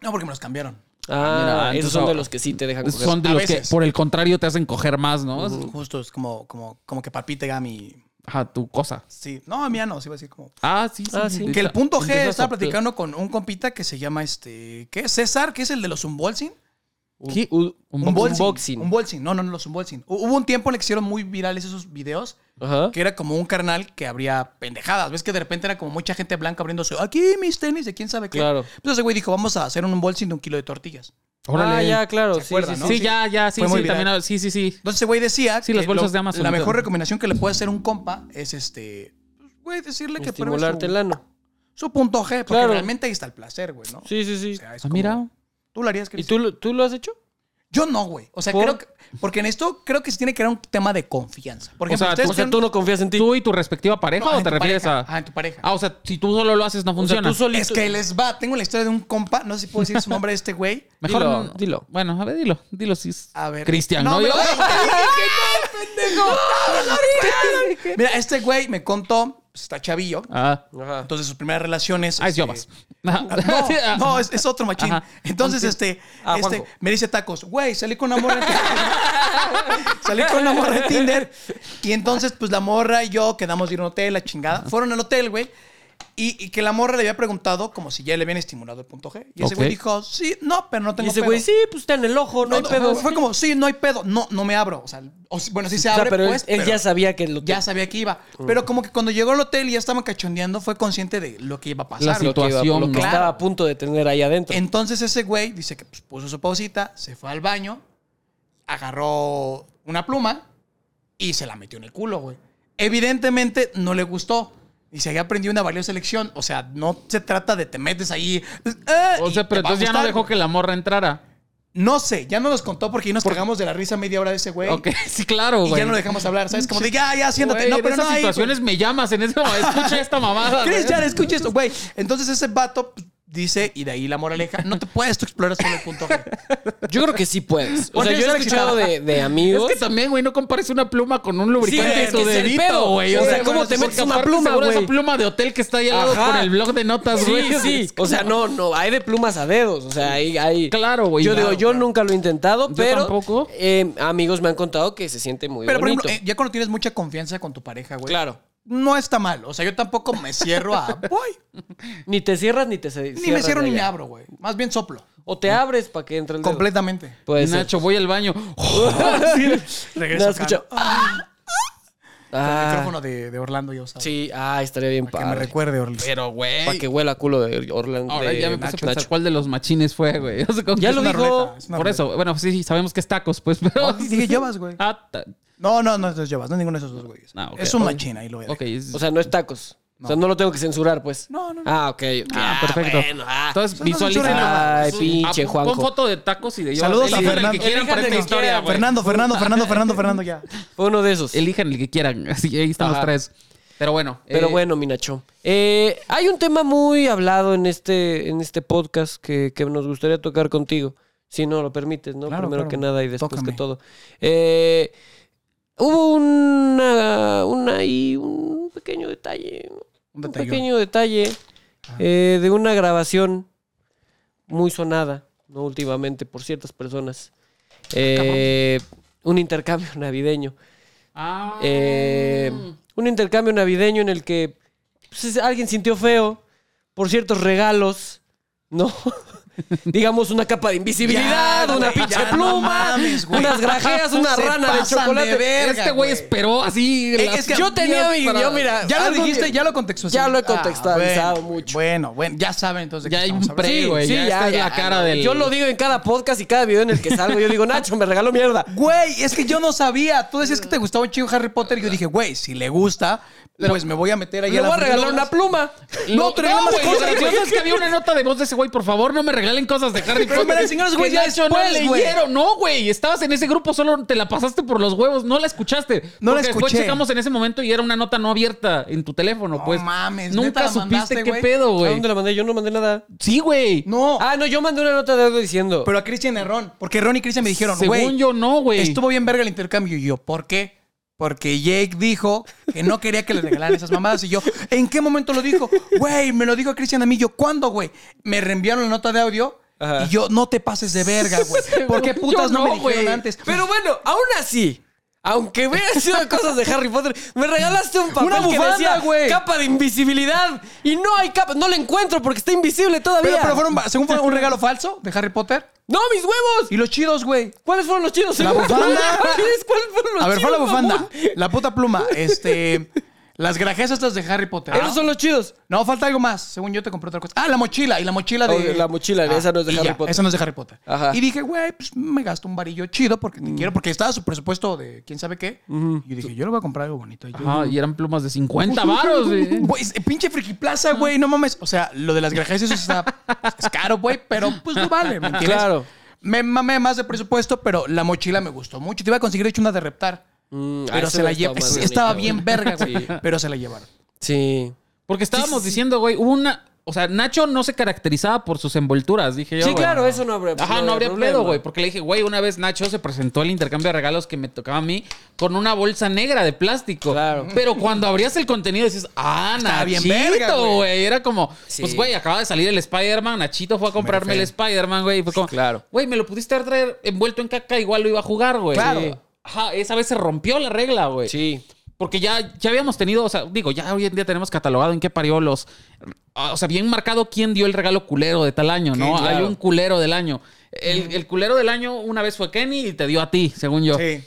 [SPEAKER 3] No, porque me los cambiaron.
[SPEAKER 1] Ah,
[SPEAKER 2] mira,
[SPEAKER 1] esos
[SPEAKER 2] entonces
[SPEAKER 1] son de
[SPEAKER 2] ahora-
[SPEAKER 1] los que sí te dejan coger.
[SPEAKER 2] Son de
[SPEAKER 3] A
[SPEAKER 2] los que,
[SPEAKER 3] veces.
[SPEAKER 2] por el contrario, te hacen coger más, ¿no?
[SPEAKER 3] Justo es como, como, como que papite Gami.
[SPEAKER 2] Ajá, tu cosa.
[SPEAKER 3] Sí. No, a mí ya no, se iba a decir como.
[SPEAKER 2] Ah, sí, sí.
[SPEAKER 1] Ah, sí.
[SPEAKER 3] Que el punto G
[SPEAKER 2] Empiezas
[SPEAKER 3] estaba
[SPEAKER 2] a-
[SPEAKER 3] platicando con un compita que se llama este. ¿Qué? César, que es el de los unbolsing.
[SPEAKER 2] ¿Qué?
[SPEAKER 1] Un,
[SPEAKER 2] Un
[SPEAKER 1] unboxing.
[SPEAKER 3] Unboxing. Unboxing. No, no, no, los unboxing. Hu- Hubo un tiempo en el que hicieron muy virales esos videos.
[SPEAKER 1] Ajá.
[SPEAKER 3] Que era como un carnal que habría pendejadas. ¿Ves que de repente era como mucha gente blanca abriéndose? Aquí mis tenis de quién sabe qué.
[SPEAKER 1] Claro.
[SPEAKER 3] Entonces ese güey dijo, vamos a hacer un unboxing de un kilo de tortillas.
[SPEAKER 2] Órale.
[SPEAKER 1] Ah, ya, claro.
[SPEAKER 3] ¿Se
[SPEAKER 1] sí,
[SPEAKER 3] acuerdan,
[SPEAKER 1] sí,
[SPEAKER 3] no?
[SPEAKER 1] sí.
[SPEAKER 2] Sí, ya, ya, sí,
[SPEAKER 3] Fue muy
[SPEAKER 2] sí,
[SPEAKER 3] viral.
[SPEAKER 2] también, sí, sí, sí.
[SPEAKER 3] Entonces, ese güey decía.
[SPEAKER 2] Sí,
[SPEAKER 3] que
[SPEAKER 2] las bolsas
[SPEAKER 3] lo-
[SPEAKER 2] de Amazon.
[SPEAKER 3] La mejor recomendación que le puede hacer un compa es este. pues, Güey, decirle que pruebe
[SPEAKER 1] Estimularte el
[SPEAKER 3] su,
[SPEAKER 1] ano.
[SPEAKER 3] su punto G. Porque
[SPEAKER 1] Claro.
[SPEAKER 3] realmente ahí está el placer, güey, ¿no?
[SPEAKER 1] Sí, sí,
[SPEAKER 3] O
[SPEAKER 1] sí.
[SPEAKER 3] sea, es
[SPEAKER 2] Ah,
[SPEAKER 3] como-
[SPEAKER 2] mira.
[SPEAKER 3] ¿Tú lo harías,
[SPEAKER 1] ¿Y
[SPEAKER 3] Chris?
[SPEAKER 1] tú, lo- tú lo has hecho?
[SPEAKER 3] Yo no, güey. O sea,
[SPEAKER 1] ¿Por?
[SPEAKER 3] creo que. Porque en esto creo que se tiene que crear un tema de confianza. Por
[SPEAKER 2] O sea,
[SPEAKER 3] ejemplo, ustedes
[SPEAKER 1] O sea, tú no confías en ti.
[SPEAKER 2] ¿Tú y tu respectiva pareja
[SPEAKER 3] No,
[SPEAKER 2] o
[SPEAKER 3] en
[SPEAKER 2] te
[SPEAKER 3] tu
[SPEAKER 2] refieres
[SPEAKER 3] pareja.
[SPEAKER 2] a.?
[SPEAKER 3] Ah, en tu pareja.
[SPEAKER 2] Ah, o sea, si tú solo lo haces, no
[SPEAKER 1] o sea,
[SPEAKER 2] funciona.
[SPEAKER 1] tú solito.
[SPEAKER 3] Es que les va. Tengo la historia de un compa. No sé si puedo decir su nombre de este güey.
[SPEAKER 2] Mejor
[SPEAKER 1] Dilo,
[SPEAKER 2] no-
[SPEAKER 1] dilo.
[SPEAKER 2] Bueno, a ver, dilo. Dilo si es.
[SPEAKER 3] A ver.
[SPEAKER 2] Cristian, ¿no? Yo-
[SPEAKER 3] me lo- Mira, este güey me contó. pues, está chavillo.
[SPEAKER 2] Ah.
[SPEAKER 1] Ajá.
[SPEAKER 3] Entonces, sus primeras relaciones.
[SPEAKER 2] Ah, es
[SPEAKER 3] este,
[SPEAKER 2] Yobas. No,
[SPEAKER 3] No,
[SPEAKER 2] ah.
[SPEAKER 3] no, es, es otro machín.
[SPEAKER 2] Ajá.
[SPEAKER 3] Entonces, este,
[SPEAKER 1] Ah,
[SPEAKER 3] este
[SPEAKER 1] Juanjo.
[SPEAKER 3] me dice tacos, güey, salí con una morra de Tinder. salí con una morra de Tinder. Y entonces, pues la morra y yo quedamos de ir a un hotel, la chingada. Fueron al hotel, güey. Y, y que la morra le había preguntado como si ya le habían estimulado el punto G. Y ese
[SPEAKER 2] Ok.
[SPEAKER 3] güey dijo, sí, no, pero no tengo
[SPEAKER 1] Y ese
[SPEAKER 3] pedo".
[SPEAKER 1] güey, sí, pues está en el ojo, no,
[SPEAKER 3] No,
[SPEAKER 1] hay
[SPEAKER 3] no,
[SPEAKER 1] pedo.
[SPEAKER 3] Fue como, sí, no hay pedo. No, no me abro. O sea, o si- bueno, sí se
[SPEAKER 1] O sea,
[SPEAKER 3] abre,
[SPEAKER 1] pero él-
[SPEAKER 3] pues,
[SPEAKER 1] él,
[SPEAKER 3] pero-
[SPEAKER 1] ya sabía que lo
[SPEAKER 3] ya sabía que iba. Pero como que cuando llegó al hotel y ya estaban cachondeando, fue consciente de lo que iba a pasar.
[SPEAKER 2] La
[SPEAKER 3] güey.
[SPEAKER 1] lo que, iba-
[SPEAKER 2] situación,
[SPEAKER 1] lo que
[SPEAKER 2] ¿no?
[SPEAKER 1] estaba a punto de tener ahí adentro.
[SPEAKER 3] Entonces ese güey dice que pues, puso su pausita, se fue al baño, agarró una pluma y se la metió en el culo, güey. Evidentemente no le gustó. Y se había aprendido una valiosa lección. O sea, no se trata de te metes ahí. eh,
[SPEAKER 2] O
[SPEAKER 3] y
[SPEAKER 2] sea, pero
[SPEAKER 3] te va a
[SPEAKER 2] entonces ya no
[SPEAKER 3] gustar,
[SPEAKER 2] dejó
[SPEAKER 3] güey.
[SPEAKER 2] que la morra entrara.
[SPEAKER 3] No sé, ya no nos contó porque ahí nos cagamos de la risa media hora de ese güey.
[SPEAKER 2] Ok, sí, claro,
[SPEAKER 3] Y
[SPEAKER 2] güey.
[SPEAKER 3] ya no lo dejamos hablar, ¿sabes? Como de ya, ya, siéntate.
[SPEAKER 2] Güey,
[SPEAKER 3] no,
[SPEAKER 2] en
[SPEAKER 3] pero
[SPEAKER 2] esas
[SPEAKER 3] no ahí, güey.
[SPEAKER 2] situaciones me llamas en ese momento. Escucha esta mamada. güey.
[SPEAKER 3] Cristian, escucha esto, güey. Entonces ese vato pues, dice, y de ahí la moraleja, no te puedes tú explorar solo el punto G.
[SPEAKER 1] Yo creo que sí puedes. O
[SPEAKER 3] ¿Por
[SPEAKER 1] sea,
[SPEAKER 3] qué
[SPEAKER 1] yo he
[SPEAKER 3] estar
[SPEAKER 1] escuchado de,
[SPEAKER 3] excitado?
[SPEAKER 1] de
[SPEAKER 2] Es
[SPEAKER 1] amigos.
[SPEAKER 2] que también, güey, no compares una pluma con un
[SPEAKER 1] Sí,
[SPEAKER 2] lubricante
[SPEAKER 1] es
[SPEAKER 2] en
[SPEAKER 1] que
[SPEAKER 2] tu
[SPEAKER 1] es el
[SPEAKER 2] dedito,
[SPEAKER 1] pedo,
[SPEAKER 2] güey.
[SPEAKER 1] O sea, ¿cómo
[SPEAKER 3] bueno,
[SPEAKER 1] te
[SPEAKER 3] eso
[SPEAKER 1] metes
[SPEAKER 2] Porque
[SPEAKER 1] una
[SPEAKER 2] aparte
[SPEAKER 1] pluma,
[SPEAKER 2] seguro
[SPEAKER 1] güey?
[SPEAKER 2] esa pluma de hotel que está ahí al lado
[SPEAKER 1] Ajá.
[SPEAKER 2] con el blog de notas, güey.
[SPEAKER 1] Sí, sí. O sea, no, no, hay de plumas a dedos. O sea, hay. hay...
[SPEAKER 2] Claro, güey.
[SPEAKER 1] Yo
[SPEAKER 2] Claro,
[SPEAKER 1] digo, yo nunca lo he intentado,
[SPEAKER 2] Yo
[SPEAKER 1] pero
[SPEAKER 2] tampoco.
[SPEAKER 1] eh, amigos me han contado que se siente muy
[SPEAKER 3] Pero, por
[SPEAKER 1] bonito.
[SPEAKER 3] ejemplo, eh, ya cuando tienes mucha confianza con tu pareja, güey.
[SPEAKER 1] Claro.
[SPEAKER 3] No está mal. O sea, yo tampoco me cierro a. Voy.
[SPEAKER 1] Ni te cierras ni te se-
[SPEAKER 3] Ni me
[SPEAKER 1] cierras
[SPEAKER 3] cierro
[SPEAKER 1] de
[SPEAKER 3] ni me
[SPEAKER 1] allá.
[SPEAKER 3] abro, güey. Más bien soplo.
[SPEAKER 1] O te abres para que entre el dedo.
[SPEAKER 3] Completamente.
[SPEAKER 1] Puede ser.
[SPEAKER 2] Nacho, voy al baño.
[SPEAKER 3] Regreso.
[SPEAKER 1] No,
[SPEAKER 3] acá.
[SPEAKER 1] escucha.
[SPEAKER 3] Ah, el
[SPEAKER 1] Ah,
[SPEAKER 3] micrófono de, de Orlando yo usaba.
[SPEAKER 1] sí, ah, estaría bien
[SPEAKER 3] Para que me
[SPEAKER 1] padre.
[SPEAKER 3] recuerde, Orlando.
[SPEAKER 2] Pero,
[SPEAKER 1] Para
[SPEAKER 2] güey.
[SPEAKER 1] que huela a culo de Orlando.
[SPEAKER 2] Ahora
[SPEAKER 1] de
[SPEAKER 2] ya me puse a
[SPEAKER 1] Nacho.
[SPEAKER 2] pensar cuál de los machines fue, güey. O sea, como
[SPEAKER 1] Ya
[SPEAKER 2] que
[SPEAKER 1] lo
[SPEAKER 2] es una
[SPEAKER 1] dijo.
[SPEAKER 2] ruleta.
[SPEAKER 3] Es una
[SPEAKER 2] Por
[SPEAKER 3] ruleta.
[SPEAKER 2] eso, bueno, sí, sí, sabemos que es tacos, pues, pero.
[SPEAKER 3] No, dije llevas, güey.
[SPEAKER 2] Ah, ta-
[SPEAKER 3] No, no, no es los llevas. No es ninguno de esos dos güeyes.
[SPEAKER 2] Ah, ok.
[SPEAKER 3] Es un machín, ahí lo veo.
[SPEAKER 2] ok. es-
[SPEAKER 1] O sea, no es tacos. O sea, no lo tengo que censurar, pues.
[SPEAKER 3] No, no, no.
[SPEAKER 1] Ah, ok.
[SPEAKER 2] Ah, perfecto.
[SPEAKER 1] bueno, ah.
[SPEAKER 2] Entonces,
[SPEAKER 3] no censura
[SPEAKER 2] visualiza.
[SPEAKER 1] nada. Ay,
[SPEAKER 2] Ah,
[SPEAKER 1] pinche
[SPEAKER 2] pon-
[SPEAKER 1] Juanjo.
[SPEAKER 2] Pon foto de tacos y de yo.
[SPEAKER 3] Saludos a
[SPEAKER 2] Elijan
[SPEAKER 3] Fernando.
[SPEAKER 2] El que quieran para
[SPEAKER 1] Elijan el
[SPEAKER 2] esta
[SPEAKER 1] que
[SPEAKER 2] historia,
[SPEAKER 1] quieran,
[SPEAKER 2] güey.
[SPEAKER 3] Fernando, Fernando, Fernando, Fernando, Fernando, ya.
[SPEAKER 1] Fue uno de esos.
[SPEAKER 2] Elijan el que quieran. Así, ahí están los
[SPEAKER 1] Ajá.
[SPEAKER 2] tres. Pero bueno.
[SPEAKER 1] Pero
[SPEAKER 2] eh,
[SPEAKER 1] bueno, mi Nacho. Eh, hay un tema muy hablado en este, en este podcast que, que nos gustaría tocar contigo. Si no lo permites, ¿no?
[SPEAKER 3] Claro,
[SPEAKER 1] Primero
[SPEAKER 3] claro.
[SPEAKER 1] que nada y después
[SPEAKER 3] Tócame.
[SPEAKER 1] que todo. Eh, hubo una, una y un pequeño detalle. ¿no?
[SPEAKER 3] Un Ah.
[SPEAKER 1] Un
[SPEAKER 3] detalle.
[SPEAKER 1] pequeño detalle eh, de una grabación muy sonada, ¿no? Últimamente por ciertas personas.
[SPEAKER 3] Ah,
[SPEAKER 1] Eh, un intercambio navideño.
[SPEAKER 2] Ah.
[SPEAKER 1] Eh, un intercambio navideño en el que pues, alguien sintió feo por ciertos regalos, ¿no? Digamos, una capa de invisibilidad,
[SPEAKER 3] Ya,
[SPEAKER 1] una
[SPEAKER 3] güey,
[SPEAKER 1] pinche
[SPEAKER 3] ya,
[SPEAKER 1] pluma,
[SPEAKER 3] no mames, güey.
[SPEAKER 1] unas grajeas, una
[SPEAKER 3] Se
[SPEAKER 1] rana de
[SPEAKER 3] pasan de
[SPEAKER 1] chocolate.
[SPEAKER 3] verga,
[SPEAKER 2] este güey
[SPEAKER 3] güey.
[SPEAKER 2] esperó así.
[SPEAKER 3] Eh,
[SPEAKER 2] las-
[SPEAKER 3] es que-
[SPEAKER 1] yo tenía mi.
[SPEAKER 2] para-
[SPEAKER 1] Yo, mira.
[SPEAKER 3] Ya lo
[SPEAKER 1] algo
[SPEAKER 3] dijiste,
[SPEAKER 1] que-
[SPEAKER 3] ya lo contextualizado.
[SPEAKER 1] Ya lo he contextualizado
[SPEAKER 3] Ah, bueno,
[SPEAKER 1] mucho.
[SPEAKER 3] Bueno, bueno, ya saben entonces.
[SPEAKER 2] Ya hay un
[SPEAKER 3] hablando.
[SPEAKER 2] pre, güey. ya, esta es la cara del.
[SPEAKER 1] Yo lo digo en cada podcast y cada video en el que salgo. Yo digo, Nacho, me regaló mierda.
[SPEAKER 3] Güey, es que yo no sabía. Tú decías que te gustaba un chingo Harry Potter. Y yo dije, güey, si le gusta, pues me voy a meter ahí
[SPEAKER 1] Le
[SPEAKER 3] a la
[SPEAKER 1] voy a regalar
[SPEAKER 3] frijola.
[SPEAKER 1] una pluma.
[SPEAKER 3] No, te regalan más
[SPEAKER 2] güey,
[SPEAKER 3] cosas,
[SPEAKER 2] lo gracioso
[SPEAKER 3] güey.
[SPEAKER 2] es que había una nota de voz de ese güey. Por favor, no me regalen cosas de Harry
[SPEAKER 3] Pero me la
[SPEAKER 2] Potter.
[SPEAKER 3] enseñaron los
[SPEAKER 2] Que
[SPEAKER 3] güeyes ya
[SPEAKER 2] Nacho
[SPEAKER 3] después,
[SPEAKER 2] no
[SPEAKER 3] güey.
[SPEAKER 2] leyeron. No, güey. Estabas en ese grupo, solo te la pasaste por los huevos. No la escuchaste.
[SPEAKER 3] No la
[SPEAKER 2] Porque después
[SPEAKER 3] escuché.
[SPEAKER 2] checamos en ese momento y era una nota no abierta en tu teléfono,
[SPEAKER 3] No
[SPEAKER 2] pues.
[SPEAKER 3] mames, ¿neta
[SPEAKER 2] Nunca
[SPEAKER 3] la
[SPEAKER 2] supiste
[SPEAKER 3] mandaste,
[SPEAKER 2] qué
[SPEAKER 3] güey?
[SPEAKER 2] pedo,
[SPEAKER 1] ¿A
[SPEAKER 2] güey.
[SPEAKER 1] dónde la mandé? Yo no mandé nada.
[SPEAKER 2] Sí, güey.
[SPEAKER 3] No,
[SPEAKER 1] Ah, no, yo mandé una nota de algo diciendo.
[SPEAKER 3] pero a Cristian y a Ron. Porque Ron y Cristian me dijeron,
[SPEAKER 2] Según
[SPEAKER 3] güey.
[SPEAKER 2] yo, no, güey.
[SPEAKER 3] Estuvo bien verga el intercambio. Y yo, ¿por qué? Porque Jake dijo que no quería que le regalaran esas mamadas. Y yo, ¿en qué momento lo dijo? Güey, me lo dijo Cristian a mí. Yo, ¿cuándo, güey? Me reenviaron la nota de audio.
[SPEAKER 1] Ajá.
[SPEAKER 3] Y yo, no te pases de verga, güey. ¿Por qué
[SPEAKER 2] Yo
[SPEAKER 3] putas no,
[SPEAKER 2] no,
[SPEAKER 3] me dijeron
[SPEAKER 2] güey.
[SPEAKER 3] antes?
[SPEAKER 1] Pero bueno, aún así, aunque hubieran sido cosas de Harry Potter, me regalaste un papel
[SPEAKER 3] Una
[SPEAKER 1] que
[SPEAKER 3] bufanda,
[SPEAKER 1] decía
[SPEAKER 3] güey.
[SPEAKER 1] capa de invisibilidad y no hay capa, no la encuentro porque está invisible todavía.
[SPEAKER 3] Pero, pero fueron, según fue un regalo falso de Harry Potter.
[SPEAKER 1] No, mis huevos.
[SPEAKER 3] Y los chidos, güey.
[SPEAKER 1] ¿Cuáles fueron los chidos?
[SPEAKER 3] La bufanda.
[SPEAKER 1] ¿Cuáles fueron los
[SPEAKER 3] A ver, fue la
[SPEAKER 1] chidos,
[SPEAKER 3] bufanda.
[SPEAKER 1] mamón?
[SPEAKER 3] La puta pluma. Este. Las grajeas estas de Harry Potter.
[SPEAKER 1] Esos son los chidos.
[SPEAKER 3] No, falta algo más. Según yo te compré otra cosa. Ah, la mochila. Y la mochila de. Ah,
[SPEAKER 1] Oh, la mochila, esa no es de
[SPEAKER 3] y
[SPEAKER 1] Harry Potter.
[SPEAKER 3] Esa no es de Harry Potter.
[SPEAKER 1] Ajá. Mm.
[SPEAKER 3] Y dije, güey, pues me gasto un varillo chido porque te quiero, porque estaba su presupuesto de quién sabe qué. Y yo dije, yo le voy a comprar algo bonito. Y yo,
[SPEAKER 2] Ajá, y eran plumas de 50 varos, güey.
[SPEAKER 3] Güey, es- pinche friki plaza, güey, no mames. O sea, lo de las grajeas, eso está. es caro, güey, pero pues no pues, vale, ¿me entiendes?
[SPEAKER 1] Claro.
[SPEAKER 3] me mamé más de presupuesto, pero la mochila me gustó mucho. Te iba a conseguir, de hecho, una de reptar.
[SPEAKER 1] Mm, ah,
[SPEAKER 3] pero
[SPEAKER 1] esa
[SPEAKER 3] se la
[SPEAKER 1] hubiera
[SPEAKER 3] llevaron.
[SPEAKER 1] estado más
[SPEAKER 3] Estaba
[SPEAKER 1] bonita,
[SPEAKER 3] bien
[SPEAKER 1] güey.
[SPEAKER 3] verga, güey.
[SPEAKER 1] Sí.
[SPEAKER 3] Pero se la llevaron.
[SPEAKER 1] Sí.
[SPEAKER 2] Porque estábamos diciendo, güey, hubo una. O sea, Nacho no se caracterizaba por sus envolturas, dije yo.
[SPEAKER 1] Sí,
[SPEAKER 2] güey.
[SPEAKER 1] claro, eso no habría
[SPEAKER 2] Ajá, no habría
[SPEAKER 1] problema.
[SPEAKER 2] pedo, güey. Porque le dije, güey, una vez Nacho se presentó al intercambio de regalos que me tocaba a mí con una bolsa negra de plástico.
[SPEAKER 1] Claro.
[SPEAKER 2] Pero cuando abrías el contenido decías, ah,
[SPEAKER 3] Está bien verga,
[SPEAKER 2] Nachito,
[SPEAKER 3] güey.
[SPEAKER 2] güey. Era como,
[SPEAKER 1] Sí.
[SPEAKER 2] pues, güey, acaba de salir el Spider-Man. Nachito fue a comprarme el Spider-Man, güey. y Fue como,
[SPEAKER 1] claro.
[SPEAKER 2] Güey, me lo pudiste haber traer envuelto en caca, igual lo iba a jugar, güey.
[SPEAKER 1] Claro.
[SPEAKER 2] Sí. Ajá, esa vez se rompió la regla, güey.
[SPEAKER 1] Sí.
[SPEAKER 2] Porque ya, ya habíamos tenido, o sea, digo, ya hoy en día tenemos catalogado en qué parió los. ah, O sea, bien marcado quién dio el regalo culero de tal año, ¿no?
[SPEAKER 3] Sí, claro.
[SPEAKER 2] Hay un culero del año. El, el culero del año una vez fue Kenny y te dio a ti, según yo.
[SPEAKER 3] Sí.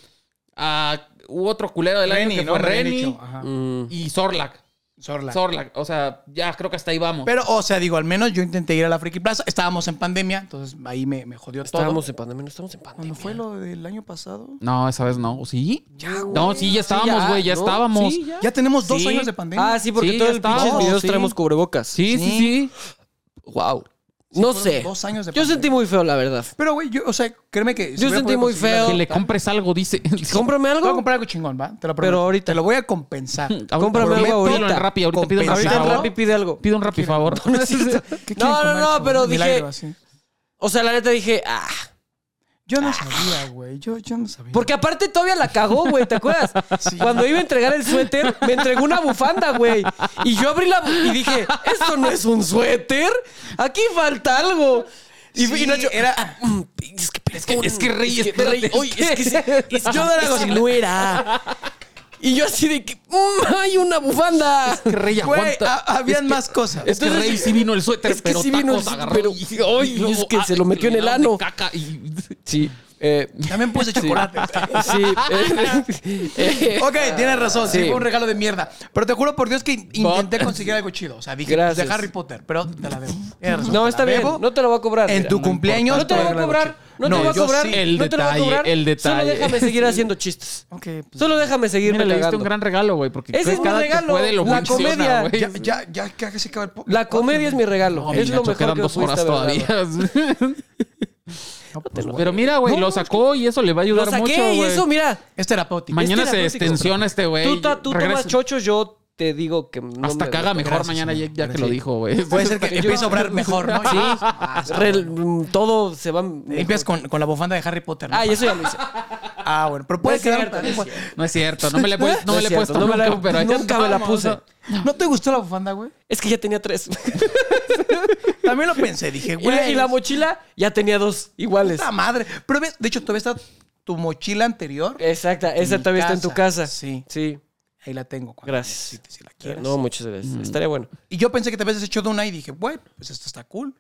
[SPEAKER 2] Ah, hubo otro culero del año
[SPEAKER 3] Renny,
[SPEAKER 2] que
[SPEAKER 3] ¿no?
[SPEAKER 2] fue
[SPEAKER 3] Renny.
[SPEAKER 2] Renny
[SPEAKER 3] Cho, Ajá.
[SPEAKER 1] Mm.
[SPEAKER 2] y Sorlac.
[SPEAKER 3] Sorla.
[SPEAKER 2] Sorlac, o sea, ya creo que hasta ahí vamos.
[SPEAKER 3] Pero, o sea, digo, al menos yo intenté ir a la Friki Plaza. Estábamos en pandemia, entonces ahí me, me jodió
[SPEAKER 1] Estábamos
[SPEAKER 3] todo.
[SPEAKER 1] en pandemia, no estamos en pandemia.
[SPEAKER 3] ¿Cuándo fue lo del año pasado?
[SPEAKER 2] No, esa vez no. ¿Sí?
[SPEAKER 1] Ya, güey.
[SPEAKER 2] No, sí, ya estábamos, güey, ya,
[SPEAKER 1] ¿no?
[SPEAKER 2] estábamos.
[SPEAKER 1] Sí, ya.
[SPEAKER 3] Ya tenemos dos
[SPEAKER 2] Sí.
[SPEAKER 3] años de pandemia.
[SPEAKER 1] Ah, sí, porque
[SPEAKER 2] Sí,
[SPEAKER 1] todos
[SPEAKER 2] ya
[SPEAKER 1] los pinches
[SPEAKER 2] estábamos,
[SPEAKER 1] videos
[SPEAKER 2] sí.
[SPEAKER 1] traemos cubrebocas.
[SPEAKER 2] Sí, sí, sí.
[SPEAKER 3] Sí.
[SPEAKER 1] Wow. No
[SPEAKER 3] fueron
[SPEAKER 1] sé.
[SPEAKER 3] dos años de
[SPEAKER 1] Yo
[SPEAKER 3] pandemia.
[SPEAKER 1] sentí muy feo, la verdad.
[SPEAKER 3] Pero, güey, yo, o sea, créeme que.
[SPEAKER 1] Yo
[SPEAKER 3] hubiera
[SPEAKER 1] sentí
[SPEAKER 3] podido
[SPEAKER 1] muy
[SPEAKER 3] conseguir
[SPEAKER 1] feo.
[SPEAKER 3] la-
[SPEAKER 2] Que le compres algo, dice.
[SPEAKER 1] Cómprame
[SPEAKER 3] Te voy a
[SPEAKER 1] algo.
[SPEAKER 3] comprar algo chingón, ¿va? Te lo
[SPEAKER 1] Pero ahorita.
[SPEAKER 3] Te lo voy a compensar.
[SPEAKER 1] Cómprame
[SPEAKER 2] Prometo,
[SPEAKER 1] algo
[SPEAKER 2] pídelo en
[SPEAKER 1] ahorita.
[SPEAKER 2] Rappi, ahorita pido un
[SPEAKER 1] Ahorita en
[SPEAKER 2] Rappi,
[SPEAKER 3] Compensado.
[SPEAKER 1] Rappi pide algo.
[SPEAKER 2] Pido un Rappi, favor.
[SPEAKER 3] ¿Qué quieren
[SPEAKER 1] No,
[SPEAKER 3] comer,
[SPEAKER 1] no, no,
[SPEAKER 3] chavos?
[SPEAKER 1] pero dije.
[SPEAKER 3] Milagro, así.
[SPEAKER 1] O sea, la neta dije, ah.
[SPEAKER 3] Yo no sabía, güey. Yo, yo no sabía.
[SPEAKER 1] Porque aparte todavía la cagó, güey, ¿te acuerdas?
[SPEAKER 3] Sí.
[SPEAKER 1] Cuando iba a entregar el suéter, me entregó una bufanda, güey. Y yo abrí la bu- y dije, esto no es un suéter. Aquí falta algo. Y,
[SPEAKER 3] Sí,
[SPEAKER 1] y Nacho,
[SPEAKER 3] era-
[SPEAKER 1] "Mm, Es que, es
[SPEAKER 2] que- es que, rey,
[SPEAKER 1] es que,
[SPEAKER 2] espérate,
[SPEAKER 1] rey,
[SPEAKER 2] es
[SPEAKER 1] oye, es que,
[SPEAKER 2] que-
[SPEAKER 1] es- yo no era gosinuera. Y yo así de que, "Mm, hay una bufanda.
[SPEAKER 2] Que rey
[SPEAKER 3] Güey,
[SPEAKER 2] aguanta.
[SPEAKER 3] a- habían más cosas.
[SPEAKER 2] Es que
[SPEAKER 1] Entonces,
[SPEAKER 2] Rey sí vino el suéter,
[SPEAKER 1] es que
[SPEAKER 2] pero
[SPEAKER 1] sí vino el
[SPEAKER 2] tacos
[SPEAKER 1] suéter,
[SPEAKER 2] agarró
[SPEAKER 1] pero-
[SPEAKER 2] ay,
[SPEAKER 1] y es
[SPEAKER 2] luego,
[SPEAKER 1] que se lo metió en el
[SPEAKER 2] llenaron de
[SPEAKER 1] ano.
[SPEAKER 2] caca y-
[SPEAKER 1] Sí, eh,
[SPEAKER 3] También puse chocolate.
[SPEAKER 1] sí. eh, eh,
[SPEAKER 3] Ok, tienes razón, sí.
[SPEAKER 1] Sí.
[SPEAKER 3] fue un regalo de mierda. Pero te juro por Dios que in-
[SPEAKER 2] Bot-
[SPEAKER 3] intenté conseguir algo chido. O sea, dije, pues,
[SPEAKER 1] Gracias.
[SPEAKER 3] de Harry Potter, pero te la debo. Tienes razón, te
[SPEAKER 1] no,
[SPEAKER 3] la
[SPEAKER 1] está bien,
[SPEAKER 3] debo.
[SPEAKER 1] no te lo voy a cobrar.
[SPEAKER 3] Pues en
[SPEAKER 1] mira.
[SPEAKER 3] tu cumpleaños.
[SPEAKER 1] No te lo voy a
[SPEAKER 3] regalo
[SPEAKER 1] cobrar.
[SPEAKER 3] chido.
[SPEAKER 1] No, te lo voy a
[SPEAKER 3] yo
[SPEAKER 1] cobrar.
[SPEAKER 3] sí.
[SPEAKER 2] El
[SPEAKER 1] no te lo voy a
[SPEAKER 2] detalle,
[SPEAKER 1] cobrar.
[SPEAKER 2] el detalle.
[SPEAKER 1] Solo déjame seguir haciendo chistes.
[SPEAKER 3] Ok, pues,
[SPEAKER 1] Solo déjame seguirme
[SPEAKER 2] Mira, le diste
[SPEAKER 1] cagando.
[SPEAKER 2] un gran regalo, güey, porque
[SPEAKER 1] Ese
[SPEAKER 2] creo
[SPEAKER 1] es
[SPEAKER 2] que
[SPEAKER 1] mi
[SPEAKER 2] cada que
[SPEAKER 1] regalo,
[SPEAKER 2] puede lo
[SPEAKER 1] la
[SPEAKER 2] menciona,
[SPEAKER 1] comedia.
[SPEAKER 2] güey.
[SPEAKER 3] ya, ya, ya, ya que se acaba el po-
[SPEAKER 1] La comedia es mi regalo.
[SPEAKER 2] No, mi
[SPEAKER 1] es lo
[SPEAKER 2] Nacho,
[SPEAKER 1] mejor
[SPEAKER 2] quedan
[SPEAKER 1] que
[SPEAKER 2] dos
[SPEAKER 1] pudiste
[SPEAKER 2] horas
[SPEAKER 1] haber dado.
[SPEAKER 2] todavía.
[SPEAKER 3] No, pues, güey.
[SPEAKER 2] pero mira, güey, lo sacó y eso le va a
[SPEAKER 1] Lo
[SPEAKER 2] ayudar
[SPEAKER 1] saqué
[SPEAKER 2] mucho,
[SPEAKER 1] y
[SPEAKER 2] güey.
[SPEAKER 1] eso, mira. este
[SPEAKER 3] Es terapéutico.
[SPEAKER 2] Mañana
[SPEAKER 1] es
[SPEAKER 2] se
[SPEAKER 1] terapéutico.
[SPEAKER 2] extensiona este güey.
[SPEAKER 1] Tú, ta- tú
[SPEAKER 2] Regresa.
[SPEAKER 1] tomas chochos, yo te digo que no
[SPEAKER 2] Hasta
[SPEAKER 1] me-
[SPEAKER 2] caga mejor
[SPEAKER 3] Gracias,
[SPEAKER 2] mañana ya,
[SPEAKER 3] señor.
[SPEAKER 2] ya que lo
[SPEAKER 3] Sí.
[SPEAKER 2] dijo, güey.
[SPEAKER 3] Puede ser que empiece a obrar mejor, ¿no?
[SPEAKER 1] Sí.
[SPEAKER 3] Ah, sí.
[SPEAKER 1] Re- mm, todo se va.
[SPEAKER 3] Limpias con, con la bufanda de Harry Potter. ¿no?
[SPEAKER 1] Ah, y eso ya lo hice.
[SPEAKER 3] Ah, bueno, pero puede
[SPEAKER 1] No es
[SPEAKER 3] quedar
[SPEAKER 1] cierto,
[SPEAKER 3] también,
[SPEAKER 1] no es
[SPEAKER 3] güey.
[SPEAKER 2] No es cierto, no me le, he puesto- no
[SPEAKER 1] No
[SPEAKER 2] me
[SPEAKER 1] es
[SPEAKER 2] le he
[SPEAKER 1] cierto,
[SPEAKER 2] puesto
[SPEAKER 1] no me
[SPEAKER 2] nunca,
[SPEAKER 1] la-
[SPEAKER 2] pero ahí
[SPEAKER 1] nunca me la
[SPEAKER 2] andamos.
[SPEAKER 1] puse.
[SPEAKER 3] ¿No te gustó la bufanda, güey?
[SPEAKER 1] Es que ya tenía tres.
[SPEAKER 3] También lo pensé, dije,
[SPEAKER 1] y, la,
[SPEAKER 3] güey.
[SPEAKER 1] y la mochila ya tenía dos iguales.
[SPEAKER 3] puta madre. Pero ve, de hecho, todavía está tu mochila anterior.
[SPEAKER 1] Exacta, esa
[SPEAKER 3] mi
[SPEAKER 1] todavía está en
[SPEAKER 3] casa,
[SPEAKER 1] tu casa.
[SPEAKER 3] sí.
[SPEAKER 1] Sí.
[SPEAKER 3] Ahí la tengo. cuando
[SPEAKER 1] Gracias. Eh,
[SPEAKER 3] necesites, si la quieres.
[SPEAKER 1] No, muchas gracias. Estaría bueno.
[SPEAKER 3] Y yo pensé que te habías hecho de una y dije, güey, pues esto está cool.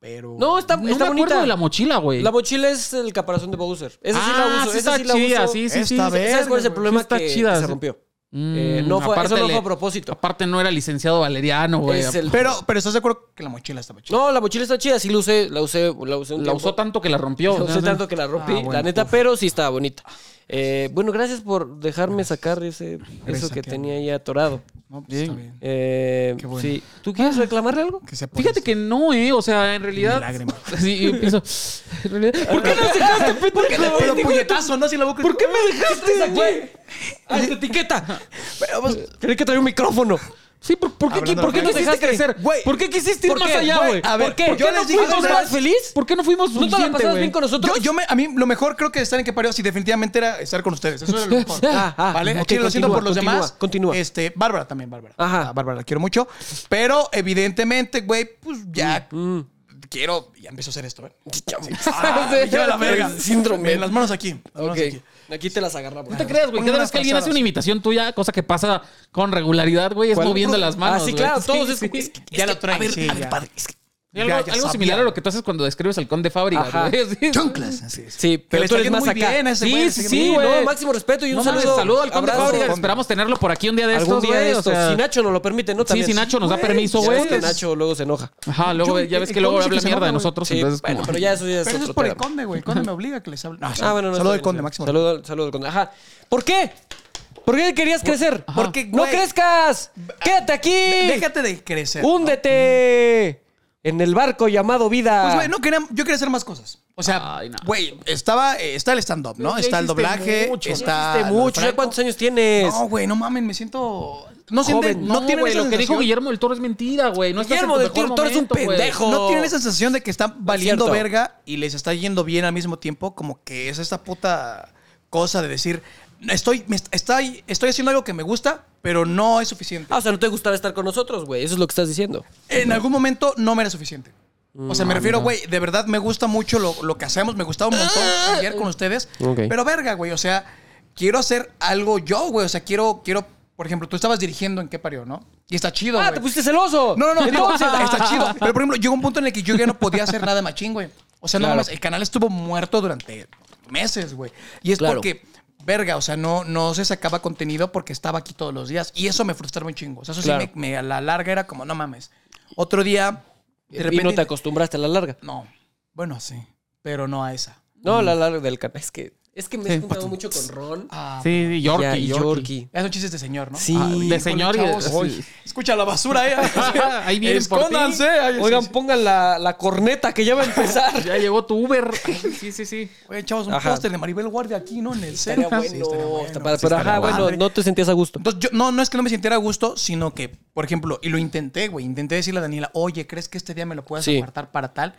[SPEAKER 3] Pero.
[SPEAKER 1] No, está,
[SPEAKER 2] No me
[SPEAKER 1] está
[SPEAKER 2] acuerdo
[SPEAKER 1] bonita.
[SPEAKER 2] de la mochila, güey.
[SPEAKER 1] La mochila es el caparazón de Bowser. Esa sí la
[SPEAKER 2] Ah,
[SPEAKER 1] uso. esa
[SPEAKER 2] sí está
[SPEAKER 1] sí la uso.
[SPEAKER 2] chida,
[SPEAKER 1] Eh,
[SPEAKER 2] sí, sí, sí.
[SPEAKER 3] Esta vez.
[SPEAKER 1] ¿Sabes cuál es el
[SPEAKER 3] güey?
[SPEAKER 1] problema?
[SPEAKER 2] Sí está
[SPEAKER 1] que
[SPEAKER 2] chida,
[SPEAKER 1] que
[SPEAKER 2] sí.
[SPEAKER 1] se rompió.
[SPEAKER 2] Mm,
[SPEAKER 1] Eh, no fue- eso no
[SPEAKER 2] le-
[SPEAKER 1] fue a propósito.
[SPEAKER 2] Aparte no era licenciado valeriano, güey.
[SPEAKER 1] Es el-
[SPEAKER 3] Pero, pero estás de acuerdo que la mochila estaba chida.
[SPEAKER 1] No, la mochila está chida. Sí la usé, la usé, la usé un
[SPEAKER 2] La
[SPEAKER 1] tiempo.
[SPEAKER 2] usó tanto que la rompió.
[SPEAKER 1] La
[SPEAKER 2] o
[SPEAKER 1] usé
[SPEAKER 2] sea,
[SPEAKER 1] tanto que la rompí,
[SPEAKER 3] Ah, bueno,
[SPEAKER 1] la neta,
[SPEAKER 2] pues.
[SPEAKER 3] uf.
[SPEAKER 1] pero sí estaba bonita. Eh, bueno, gracias por dejarme sacar ese, eso
[SPEAKER 3] Gracias a
[SPEAKER 1] que
[SPEAKER 3] ti,
[SPEAKER 1] tenía ahí atorado.
[SPEAKER 3] No, pues está bien.
[SPEAKER 1] Eh,
[SPEAKER 3] Qué bueno.
[SPEAKER 1] sí. ¿Tú quieres reclamarle algo?
[SPEAKER 3] Que se
[SPEAKER 2] Ah. Fíjate que no, eh. O sea, en realidad.
[SPEAKER 3] Lágrima.
[SPEAKER 2] Sí, yo empiezo. En realidad, ¿Por qué no dejaste? ¿Por qué no
[SPEAKER 3] Pero puñetazo, ¿no? Si la boca. ¿Por qué me
[SPEAKER 1] ¡Este güey! ¡Haz tu etiqueta!
[SPEAKER 3] pues,
[SPEAKER 1] Creí que traía un micrófono.
[SPEAKER 2] Sí, ¿por, por qué,
[SPEAKER 3] Hablando
[SPEAKER 2] ¿por qué
[SPEAKER 3] de-
[SPEAKER 2] quisiste
[SPEAKER 1] Dejaste.
[SPEAKER 2] crecer?
[SPEAKER 3] Güey.
[SPEAKER 2] ¿Por qué quisiste ir
[SPEAKER 1] ¿Por
[SPEAKER 2] más
[SPEAKER 1] qué?
[SPEAKER 2] allá,
[SPEAKER 1] Güey,
[SPEAKER 2] güey?
[SPEAKER 3] a ver,
[SPEAKER 1] ¿Por qué?
[SPEAKER 3] yo
[SPEAKER 1] ¿Por qué
[SPEAKER 3] les
[SPEAKER 1] no
[SPEAKER 3] dije
[SPEAKER 1] fuimos
[SPEAKER 3] una
[SPEAKER 1] más
[SPEAKER 3] vez-
[SPEAKER 1] feliz?
[SPEAKER 2] ¿Por qué no fuimos
[SPEAKER 1] ¿No te la
[SPEAKER 2] suficiente,
[SPEAKER 1] pasabas
[SPEAKER 2] güey?
[SPEAKER 1] bien con
[SPEAKER 3] Yo,
[SPEAKER 1] nosotros?
[SPEAKER 3] yo me, a mí lo mejor creo que estar en que parió si definitivamente era estar con ustedes. Eso era lo mejor.
[SPEAKER 1] Ah, ah,
[SPEAKER 3] ¿Vale?
[SPEAKER 1] ok,
[SPEAKER 3] Al chile, lo siento
[SPEAKER 1] continúa,
[SPEAKER 3] por los
[SPEAKER 1] continúa,
[SPEAKER 3] demás.
[SPEAKER 1] continúa.
[SPEAKER 3] Este, Bárbara también, Bárbara.
[SPEAKER 1] Ajá.
[SPEAKER 3] A Bárbara la quiero mucho. Pero evidentemente, güey, pues ya
[SPEAKER 1] Mm,
[SPEAKER 3] quiero. Ya empiezo a hacer esto, ¿eh? Ah, me lleva la verga.
[SPEAKER 1] Síndrome.
[SPEAKER 3] Las manos aquí. Las manos
[SPEAKER 1] Ok.
[SPEAKER 3] aquí.
[SPEAKER 1] Aquí te las agarramos.
[SPEAKER 2] No te creas, güey.
[SPEAKER 3] Ponme
[SPEAKER 2] Cada
[SPEAKER 3] unas
[SPEAKER 2] vez que alguien hace
[SPEAKER 3] calzadas.
[SPEAKER 2] una imitación tuya, cosa que pasa con regularidad, güey, es
[SPEAKER 1] ¿Cuál?
[SPEAKER 2] moviendo las manos.
[SPEAKER 1] Ah, sí,
[SPEAKER 2] güey.
[SPEAKER 1] claro, todos es-
[SPEAKER 2] sí.
[SPEAKER 3] Ya lo traen.
[SPEAKER 1] a ver,
[SPEAKER 3] sí,
[SPEAKER 1] a ver,
[SPEAKER 3] ya.
[SPEAKER 1] padre, es que-
[SPEAKER 2] Y Algo,
[SPEAKER 3] Ya- ya
[SPEAKER 2] algo
[SPEAKER 3] sabía,
[SPEAKER 2] similar a lo
[SPEAKER 3] güey.
[SPEAKER 2] que tú haces cuando describes al conde Fábrica,
[SPEAKER 1] Ajá.
[SPEAKER 2] güey. Sí.
[SPEAKER 3] Chanclas. Así es.
[SPEAKER 1] Sí, pero
[SPEAKER 3] le
[SPEAKER 1] tú
[SPEAKER 3] está
[SPEAKER 1] eres
[SPEAKER 3] yendo
[SPEAKER 1] más
[SPEAKER 3] muy
[SPEAKER 1] acá.
[SPEAKER 3] bien a ese güey, le
[SPEAKER 1] Sí,
[SPEAKER 3] está yendo
[SPEAKER 1] sí,
[SPEAKER 3] muy bien.
[SPEAKER 1] no, máximo respeto y un
[SPEAKER 2] No mames,
[SPEAKER 1] saludo.
[SPEAKER 2] saludo al conde
[SPEAKER 1] abrazo.
[SPEAKER 2] Fábrica.
[SPEAKER 3] Conde.
[SPEAKER 2] Esperamos tenerlo por aquí un día de
[SPEAKER 1] Algún
[SPEAKER 2] estos,
[SPEAKER 1] día de
[SPEAKER 2] güey. O
[SPEAKER 1] estos.
[SPEAKER 2] sea,
[SPEAKER 1] Si Nacho nos lo permite, ¿no?
[SPEAKER 2] Sí,
[SPEAKER 1] También.
[SPEAKER 2] si Nacho nos da permiso,
[SPEAKER 1] Ya
[SPEAKER 2] güey,
[SPEAKER 1] ves que
[SPEAKER 2] es-
[SPEAKER 1] Nacho luego se enoja.
[SPEAKER 2] Ajá, luego
[SPEAKER 3] Yo-
[SPEAKER 2] ya ves
[SPEAKER 3] el
[SPEAKER 2] que luego
[SPEAKER 3] conde sí
[SPEAKER 2] habla
[SPEAKER 3] que se
[SPEAKER 2] mierda de
[SPEAKER 3] enoja, güey.
[SPEAKER 2] nosotros,
[SPEAKER 1] Sí,
[SPEAKER 2] Ah, pues, entonces
[SPEAKER 1] bueno,
[SPEAKER 2] como-
[SPEAKER 1] pero ya eso ya es
[SPEAKER 3] Pero eso es
[SPEAKER 1] otro
[SPEAKER 3] por el
[SPEAKER 1] tema.
[SPEAKER 3] conde, güey. El conde me obliga a que les hable. No, sí.
[SPEAKER 1] Ah, bueno, no.
[SPEAKER 3] Saludo
[SPEAKER 1] está
[SPEAKER 3] del
[SPEAKER 1] bien,
[SPEAKER 3] conde,
[SPEAKER 1] está
[SPEAKER 3] máximo.
[SPEAKER 1] bien. Saludo, al- saludo al conde. Ajá. ¿Por qué? ¿Por qué querías crecer?
[SPEAKER 3] Ajá. Porque,
[SPEAKER 1] ¡No
[SPEAKER 3] güey,
[SPEAKER 1] crezcas! ¡Quédate aquí!
[SPEAKER 3] Déjate de crecer.
[SPEAKER 1] ¡Húndete! en el barco llamado vida.
[SPEAKER 3] Pues, güey, no quería, yo quería hacer más cosas. O sea,
[SPEAKER 2] Ay, no.
[SPEAKER 3] güey, estaba, eh, está el stand-up, ¿no?
[SPEAKER 2] Ya
[SPEAKER 3] está
[SPEAKER 2] hiciste
[SPEAKER 3] el doblaje,
[SPEAKER 2] mucho.
[SPEAKER 1] Ya
[SPEAKER 3] está.
[SPEAKER 1] hiciste
[SPEAKER 3] lo de
[SPEAKER 1] mucho. ¿Ya
[SPEAKER 3] Franco.
[SPEAKER 1] cuántos años tienes?
[SPEAKER 3] No, güey, no mamen, me siento. No,
[SPEAKER 1] Joven.
[SPEAKER 3] sienten- no,
[SPEAKER 2] No,
[SPEAKER 3] tienen
[SPEAKER 2] güey,
[SPEAKER 3] esa
[SPEAKER 2] lo que dijo
[SPEAKER 3] sensación-
[SPEAKER 2] Guillermo del Toro es mentira, güey. No
[SPEAKER 1] Guillermo del
[SPEAKER 2] estás en tu
[SPEAKER 1] Toro,
[SPEAKER 2] mejor
[SPEAKER 1] tú eres un
[SPEAKER 2] momento, güey.
[SPEAKER 1] pendejo.
[SPEAKER 3] No tienen esa sensación de que están valiendo
[SPEAKER 1] cierto.
[SPEAKER 3] verga y les está yendo bien al mismo tiempo, como que es esta puta cosa de decir, estoy, me est- estoy, estoy haciendo algo que me gusta, pero no es suficiente.
[SPEAKER 1] Ah, o sea, no te gustaba estar con nosotros, güey. Eso es lo que estás diciendo.
[SPEAKER 3] En algún momento no me era suficiente. O sea, me refiero, güey, de verdad me gusta mucho lo, lo que hacemos, me gustaba un montón
[SPEAKER 1] Ah.
[SPEAKER 3] ayer con ustedes.
[SPEAKER 1] Ok.
[SPEAKER 3] Pero verga, güey, o sea, quiero hacer algo yo, güey, o sea, quiero, quiero, por ejemplo, tú estabas dirigiendo en qué parió, ¿no? Y está chido,
[SPEAKER 1] Ah,
[SPEAKER 3] güey.
[SPEAKER 1] te pusiste celoso.
[SPEAKER 3] No, no, no, digo,
[SPEAKER 1] Entonces,
[SPEAKER 3] está chido. Pero por ejemplo, llegó un punto en el que yo ya no podía hacer nada machín, güey. O sea, no
[SPEAKER 1] Claro.
[SPEAKER 3] mames, el canal estuvo muerto durante meses, güey. Y es
[SPEAKER 1] Claro.
[SPEAKER 3] porque, verga, o sea, no, no se sacaba contenido porque estaba aquí todos los días. Y eso me frustraba un chingo. O sea, eso
[SPEAKER 1] Claro.
[SPEAKER 3] sí me, me- a la larga era como, no mames. Otro día, de repente.
[SPEAKER 1] Y no te acostumbraste a la larga.
[SPEAKER 3] No. bueno, sí. Pero no a esa.
[SPEAKER 1] No, a la larga del canal. Es que, es que me he juntado mucho con Ron.
[SPEAKER 3] Mm. Ah,
[SPEAKER 2] Sí, sí, Yorkie,
[SPEAKER 1] Ya, y
[SPEAKER 2] Yorkie.
[SPEAKER 1] Yorkie.
[SPEAKER 3] ya son chistes de señor, ¿no?
[SPEAKER 1] Sí.
[SPEAKER 3] Ah,
[SPEAKER 2] De
[SPEAKER 3] híjole,
[SPEAKER 2] señor y de-
[SPEAKER 3] chavos,
[SPEAKER 2] sí.
[SPEAKER 3] Escucha la basura, eh.
[SPEAKER 2] Ahí vienen por ti.
[SPEAKER 3] Escóndanse. Ay,
[SPEAKER 1] Oigan,
[SPEAKER 3] sí, sí.
[SPEAKER 1] pongan la, la corneta que ya va a empezar.
[SPEAKER 2] Ya llegó tu Uber. Ay, Sí, sí, sí.
[SPEAKER 3] Oye, chavos, un
[SPEAKER 1] Ajá.
[SPEAKER 3] póster de Maribel Guardia aquí, ¿no? En el set.
[SPEAKER 1] Estaría bueno.
[SPEAKER 3] Sí, estaría bueno.
[SPEAKER 1] está padre.
[SPEAKER 3] Sí,
[SPEAKER 1] pero
[SPEAKER 3] estaría
[SPEAKER 1] ajá,
[SPEAKER 3] padre.
[SPEAKER 1] bueno, no te sentías a gusto.
[SPEAKER 3] Entonces, yo, no, no es que no me sintiera a gusto, sino que, por ejemplo, y lo intenté, güey. Intenté decirle a Daniela, oye, ¿crees que este día me lo puedas
[SPEAKER 1] Sí.
[SPEAKER 3] apartar para tal?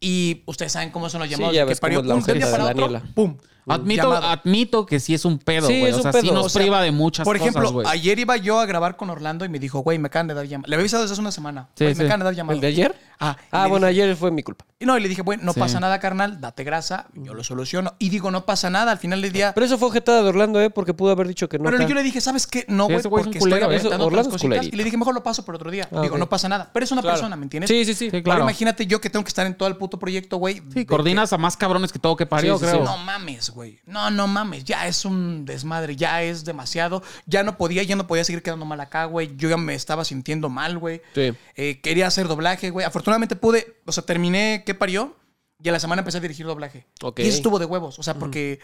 [SPEAKER 3] Y ustedes saben cómo son los llamados.
[SPEAKER 1] ya
[SPEAKER 3] de que
[SPEAKER 1] ves cómo
[SPEAKER 3] parió
[SPEAKER 1] es la
[SPEAKER 3] un día
[SPEAKER 1] ojeriza de
[SPEAKER 3] para
[SPEAKER 1] Daniela.
[SPEAKER 3] Otro, pum.
[SPEAKER 2] Admito,
[SPEAKER 3] llamado.
[SPEAKER 2] admito que sí es un pedo,
[SPEAKER 1] Sí,
[SPEAKER 2] güey.
[SPEAKER 1] es
[SPEAKER 2] o
[SPEAKER 1] un
[SPEAKER 2] sea, sí
[SPEAKER 1] pedo.
[SPEAKER 2] nos
[SPEAKER 1] O
[SPEAKER 3] sea,
[SPEAKER 2] priva de muchas
[SPEAKER 3] Por
[SPEAKER 2] cosas,
[SPEAKER 3] ejemplo,
[SPEAKER 2] güey.
[SPEAKER 3] ayer iba yo a grabar con Orlando y me dijo, güey, me acaban de dar llamada. Le había avisado desde hace una semana.
[SPEAKER 2] Sí,
[SPEAKER 3] Güey,
[SPEAKER 2] sí.
[SPEAKER 3] Me acaban de dar llamada.
[SPEAKER 1] ¿El de ayer?
[SPEAKER 3] Ah, y
[SPEAKER 1] Ah,
[SPEAKER 3] le
[SPEAKER 1] bueno, ayer fue mi culpa.
[SPEAKER 3] Y no, y le dije, bueno, no
[SPEAKER 2] Sí.
[SPEAKER 3] pasa nada, carnal, date grasa, yo lo soluciono. Y digo, no pasa nada, al final del día.
[SPEAKER 1] Pero eso fue objetada de Orlando, ¿eh? Porque pudo haber dicho que no.
[SPEAKER 3] Pero
[SPEAKER 1] acá.
[SPEAKER 3] yo le dije, ¿sabes qué? No,
[SPEAKER 2] Sí,
[SPEAKER 3] güey,
[SPEAKER 2] ese güey es un
[SPEAKER 3] porque
[SPEAKER 2] culero,
[SPEAKER 3] estoy
[SPEAKER 2] ¿eh?
[SPEAKER 3] aventando otras
[SPEAKER 1] Orlando es
[SPEAKER 3] cositas.
[SPEAKER 1] culerito.
[SPEAKER 3] Y le dije, mejor lo paso por otro día.
[SPEAKER 1] Ah,
[SPEAKER 3] Digo,
[SPEAKER 1] ok.
[SPEAKER 3] no pasa nada. Pero es una persona, ¿me entiendes?
[SPEAKER 1] Sí, sí, sí.
[SPEAKER 2] Sí,
[SPEAKER 3] Ahora
[SPEAKER 2] claro.
[SPEAKER 3] imagínate yo que tengo que estar en todo el puto proyecto, güey. de
[SPEAKER 2] Sí, coordinas a más cabrones que todo que parió,
[SPEAKER 1] Sí, sí, sí.
[SPEAKER 2] creo.
[SPEAKER 3] que- No mames, güey. No, no mames. Ya es un desmadre. Ya es demasiado. Ya no podía, ya no podía seguir quedando mal acá, güey. Yo ya me estaba sintiendo mal, güey.
[SPEAKER 1] Sí.
[SPEAKER 3] Eh, quería hacer doblaje, güey. Afortunadamente pude, o sea, terminé, ¿qué parió? Y a la semana empecé a dirigir doblaje.
[SPEAKER 1] Ok.
[SPEAKER 3] Y eso estuvo de huevos. O sea, porque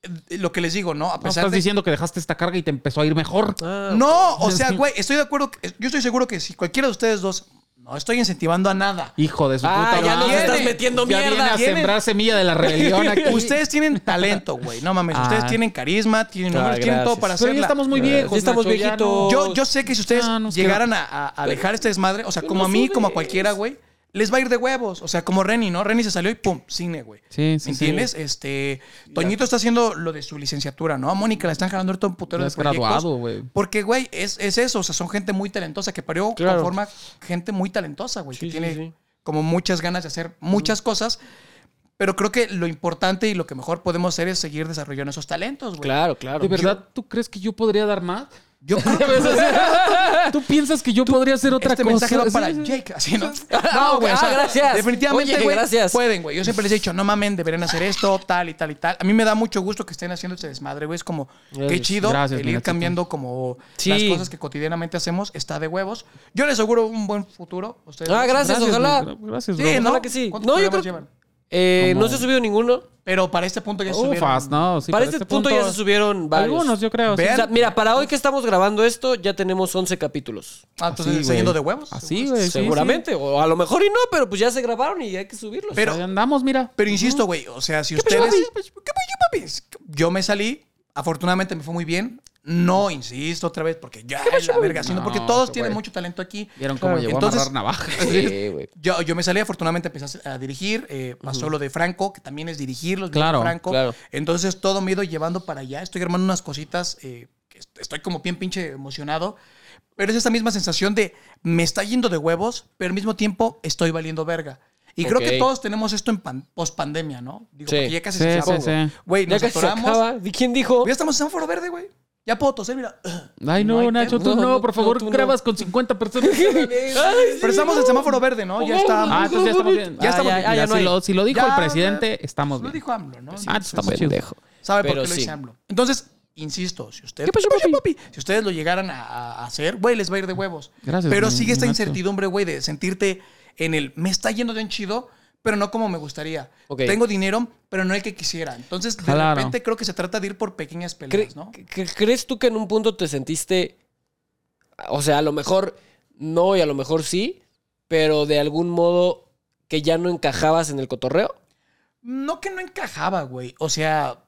[SPEAKER 3] eh, lo que les digo, ¿no? A
[SPEAKER 2] No
[SPEAKER 3] pesar
[SPEAKER 2] estás
[SPEAKER 3] de
[SPEAKER 2] diciendo que dejaste esta carga y te empezó a ir mejor.
[SPEAKER 1] pues Ah,
[SPEAKER 3] No, o sea, güey, estoy de acuerdo. que- yo estoy seguro que si cualquiera de ustedes dos, no estoy incentivando a nada.
[SPEAKER 2] Hijo de su
[SPEAKER 1] Ah,
[SPEAKER 2] puta
[SPEAKER 1] ya
[SPEAKER 2] madre.
[SPEAKER 1] nos estás
[SPEAKER 2] Viene-
[SPEAKER 1] metiendo
[SPEAKER 2] ya
[SPEAKER 1] mierda.
[SPEAKER 2] viene a
[SPEAKER 1] Viene-
[SPEAKER 2] sembrar semilla de la rebelión aquí.
[SPEAKER 3] Ustedes tienen talento, güey. No mames,
[SPEAKER 2] Ah.
[SPEAKER 3] ustedes tienen carisma, tienen
[SPEAKER 1] Ah,
[SPEAKER 3] números, tienen todo
[SPEAKER 1] gracias.
[SPEAKER 3] para
[SPEAKER 2] Pero ya
[SPEAKER 3] hacerla.
[SPEAKER 2] estamos muy
[SPEAKER 1] Ya
[SPEAKER 2] viejos,
[SPEAKER 1] estamos
[SPEAKER 2] Nacho, ya
[SPEAKER 1] viejitos.
[SPEAKER 2] no-
[SPEAKER 3] yo, yo sé que si ustedes
[SPEAKER 2] Ah, nos
[SPEAKER 3] llegaran a, a- a dejar este desmadre, o sea, como a mí, como a cualquiera, güey, les va a ir de huevos. O sea, como Renny, ¿no? Renny se salió y pum, cine, güey.
[SPEAKER 2] Sí, sí,
[SPEAKER 3] ¿Me
[SPEAKER 2] sí.
[SPEAKER 3] entiendes? Este, Toñito está haciendo lo de su licenciatura, ¿no? A Mónica la están jalando ahorita un putero
[SPEAKER 2] Ya
[SPEAKER 3] de
[SPEAKER 2] es
[SPEAKER 3] proyectos.
[SPEAKER 2] graduado, güey.
[SPEAKER 3] Porque, güey, es, es eso. O sea, son gente muy talentosa que parió
[SPEAKER 1] Claro.
[SPEAKER 3] conforma gente muy talentosa, güey.
[SPEAKER 1] Sí,
[SPEAKER 3] que
[SPEAKER 1] sí,
[SPEAKER 3] tiene
[SPEAKER 1] sí. Mm.
[SPEAKER 3] como muchas ganas de hacer muchas cosas. Pero creo que lo importante y lo que mejor podemos hacer es seguir desarrollando esos talentos, güey.
[SPEAKER 1] Claro, claro.
[SPEAKER 2] ¿De verdad tú crees que yo podría dar más? Pues,
[SPEAKER 3] Yo creo que
[SPEAKER 2] ¿Tú piensas que yo podría hacer otra
[SPEAKER 3] este
[SPEAKER 2] cosa?
[SPEAKER 3] mensaje va para
[SPEAKER 2] Sí, sí.
[SPEAKER 3] Jake. Así, ¿no?
[SPEAKER 1] Ah,
[SPEAKER 3] güey,
[SPEAKER 1] ah, gracias.
[SPEAKER 3] Definitivamente,
[SPEAKER 1] Oye,
[SPEAKER 3] güey,
[SPEAKER 1] gracias.
[SPEAKER 3] pueden, güey. Yo siempre les he dicho, no mamen, deberían hacer esto, tal y tal y tal. A mí me da mucho gusto que estén haciendo este desmadre, güey. Es como, qué
[SPEAKER 2] Gracias,
[SPEAKER 3] chido
[SPEAKER 2] gracias,
[SPEAKER 3] el
[SPEAKER 2] mira,
[SPEAKER 3] ir
[SPEAKER 2] tú, tú.
[SPEAKER 3] cambiando como
[SPEAKER 1] Sí.
[SPEAKER 3] las cosas que cotidianamente hacemos. Está de huevos. Yo les aseguro un buen futuro. Ustedes
[SPEAKER 1] Ah, gracias,
[SPEAKER 2] Gracias,
[SPEAKER 1] ojalá.
[SPEAKER 2] güey, gracias,
[SPEAKER 3] Sí,
[SPEAKER 2] bro.
[SPEAKER 1] Ojalá
[SPEAKER 3] ¿no?
[SPEAKER 1] que sí.
[SPEAKER 3] ¿Cuántos
[SPEAKER 1] No, yo
[SPEAKER 3] programas
[SPEAKER 1] creo-
[SPEAKER 3] llevan?
[SPEAKER 1] Eh,
[SPEAKER 2] ¿Cómo?
[SPEAKER 1] no se subió ninguno.
[SPEAKER 3] Pero para este punto ya
[SPEAKER 2] Ufas,
[SPEAKER 3] subieron.
[SPEAKER 2] no, sí,
[SPEAKER 1] para, este, punto, ya se subieron varios.
[SPEAKER 2] Algunos, yo creo. sí.
[SPEAKER 1] O sea,
[SPEAKER 3] Vean.
[SPEAKER 1] mira, para hoy que estamos grabando esto, ya tenemos 11 capítulos.
[SPEAKER 3] Ah, entonces
[SPEAKER 2] Así,
[SPEAKER 3] están
[SPEAKER 2] güey.
[SPEAKER 3] yendo de huevos.
[SPEAKER 2] Así, güey. sí,
[SPEAKER 1] Seguramente. O a lo mejor y no, pero pues ya se grabaron y hay que subirlos.
[SPEAKER 2] sí.
[SPEAKER 3] Pero-
[SPEAKER 2] Ahí andamos, mira.
[SPEAKER 3] Pero insisto, güey, o sea, si ustedes. ¿Qué pasó, papi? pues, Yo me salí, afortunadamente me fue muy bien. No insisto otra vez, porque ya es la verga, sino
[SPEAKER 2] No,
[SPEAKER 3] porque todos
[SPEAKER 2] qué
[SPEAKER 3] tienen
[SPEAKER 2] güey.
[SPEAKER 3] mucho talento aquí.
[SPEAKER 2] Vieron cómo llegó
[SPEAKER 3] Entonces-
[SPEAKER 2] a amarrar navajas.
[SPEAKER 1] Sí, güey.
[SPEAKER 3] Yo, yo me salí, afortunadamente empecé a dirigir, eh, pasó lo de Franco, que también es dirigir los videos
[SPEAKER 2] Claro,
[SPEAKER 3] de Franco.
[SPEAKER 1] claro.
[SPEAKER 3] Entonces todo me he ido llevando para allá, estoy armando unas cositas, eh, que est- estoy como bien pinche emocionado, pero es esta misma sensación de me está yendo de huevos, pero al mismo tiempo estoy valiendo verga. Y creo que
[SPEAKER 1] Ok.
[SPEAKER 3] todos tenemos esto en pan, pospandemia, ¿no? Digo,
[SPEAKER 1] Sí.
[SPEAKER 3] porque ya casi
[SPEAKER 2] Sí,
[SPEAKER 3] se
[SPEAKER 2] sí,
[SPEAKER 3] acabó.
[SPEAKER 2] sí.
[SPEAKER 3] Güey,
[SPEAKER 1] Ya
[SPEAKER 3] nos
[SPEAKER 1] casi se
[SPEAKER 3] atoramos.
[SPEAKER 1] acaba. ¿Y ¿Quién dijo?
[SPEAKER 3] Ya estamos en semáforo verde, güey. Ya puedo toser, mira.
[SPEAKER 2] Ay, no,
[SPEAKER 3] No hay
[SPEAKER 2] Nacho,
[SPEAKER 1] pedo.
[SPEAKER 2] tú
[SPEAKER 1] No,
[SPEAKER 2] no,
[SPEAKER 1] no,
[SPEAKER 2] por
[SPEAKER 1] no,
[SPEAKER 2] favor,
[SPEAKER 1] tú no.
[SPEAKER 2] grabas con 50 personas.
[SPEAKER 3] Pero estamos en semáforo verde, ¿no?
[SPEAKER 1] Oh.
[SPEAKER 3] Ya está.
[SPEAKER 2] ah, entonces ya estamos bien.
[SPEAKER 3] Ya estamos
[SPEAKER 2] Ah,
[SPEAKER 3] bien.
[SPEAKER 2] ya,
[SPEAKER 1] Ya
[SPEAKER 2] ya,
[SPEAKER 1] no hay.
[SPEAKER 2] si, lo, si lo dijo
[SPEAKER 3] Ya,
[SPEAKER 2] el presidente, estamos
[SPEAKER 3] Lo
[SPEAKER 2] bien.
[SPEAKER 3] dijo AMLO, ¿no?
[SPEAKER 2] ah, estamos chidos.
[SPEAKER 1] Pendejo.
[SPEAKER 3] ¿Sabe
[SPEAKER 1] Pero
[SPEAKER 3] por qué
[SPEAKER 1] sí.
[SPEAKER 3] lo dice AMLO? Entonces, insisto, si ustedes,
[SPEAKER 1] ¿Qué pasó, papi?
[SPEAKER 3] si ustedes lo llegaran a, a hacer, güey, les va a ir de huevos.
[SPEAKER 2] Gracias,
[SPEAKER 3] pero
[SPEAKER 2] mi-
[SPEAKER 3] sigue esta
[SPEAKER 2] mi Nacho.
[SPEAKER 3] incertidumbre, güey, de sentirte en el me está yendo bien chido, pero no como me gustaría.
[SPEAKER 1] Ok.
[SPEAKER 3] Tengo dinero, pero no el que quisiera. Entonces, de
[SPEAKER 2] Claro.
[SPEAKER 3] repente creo que se trata de ir por pequeñas
[SPEAKER 1] Cre-
[SPEAKER 3] peleas, ¿no?
[SPEAKER 1] cre- ¿Crees tú que en un punto te sentiste, o sea, a lo mejor no y a lo mejor sí, pero de algún modo que ya no encajabas en el cotorreo.
[SPEAKER 3] No que no encajaba, güey. O sea,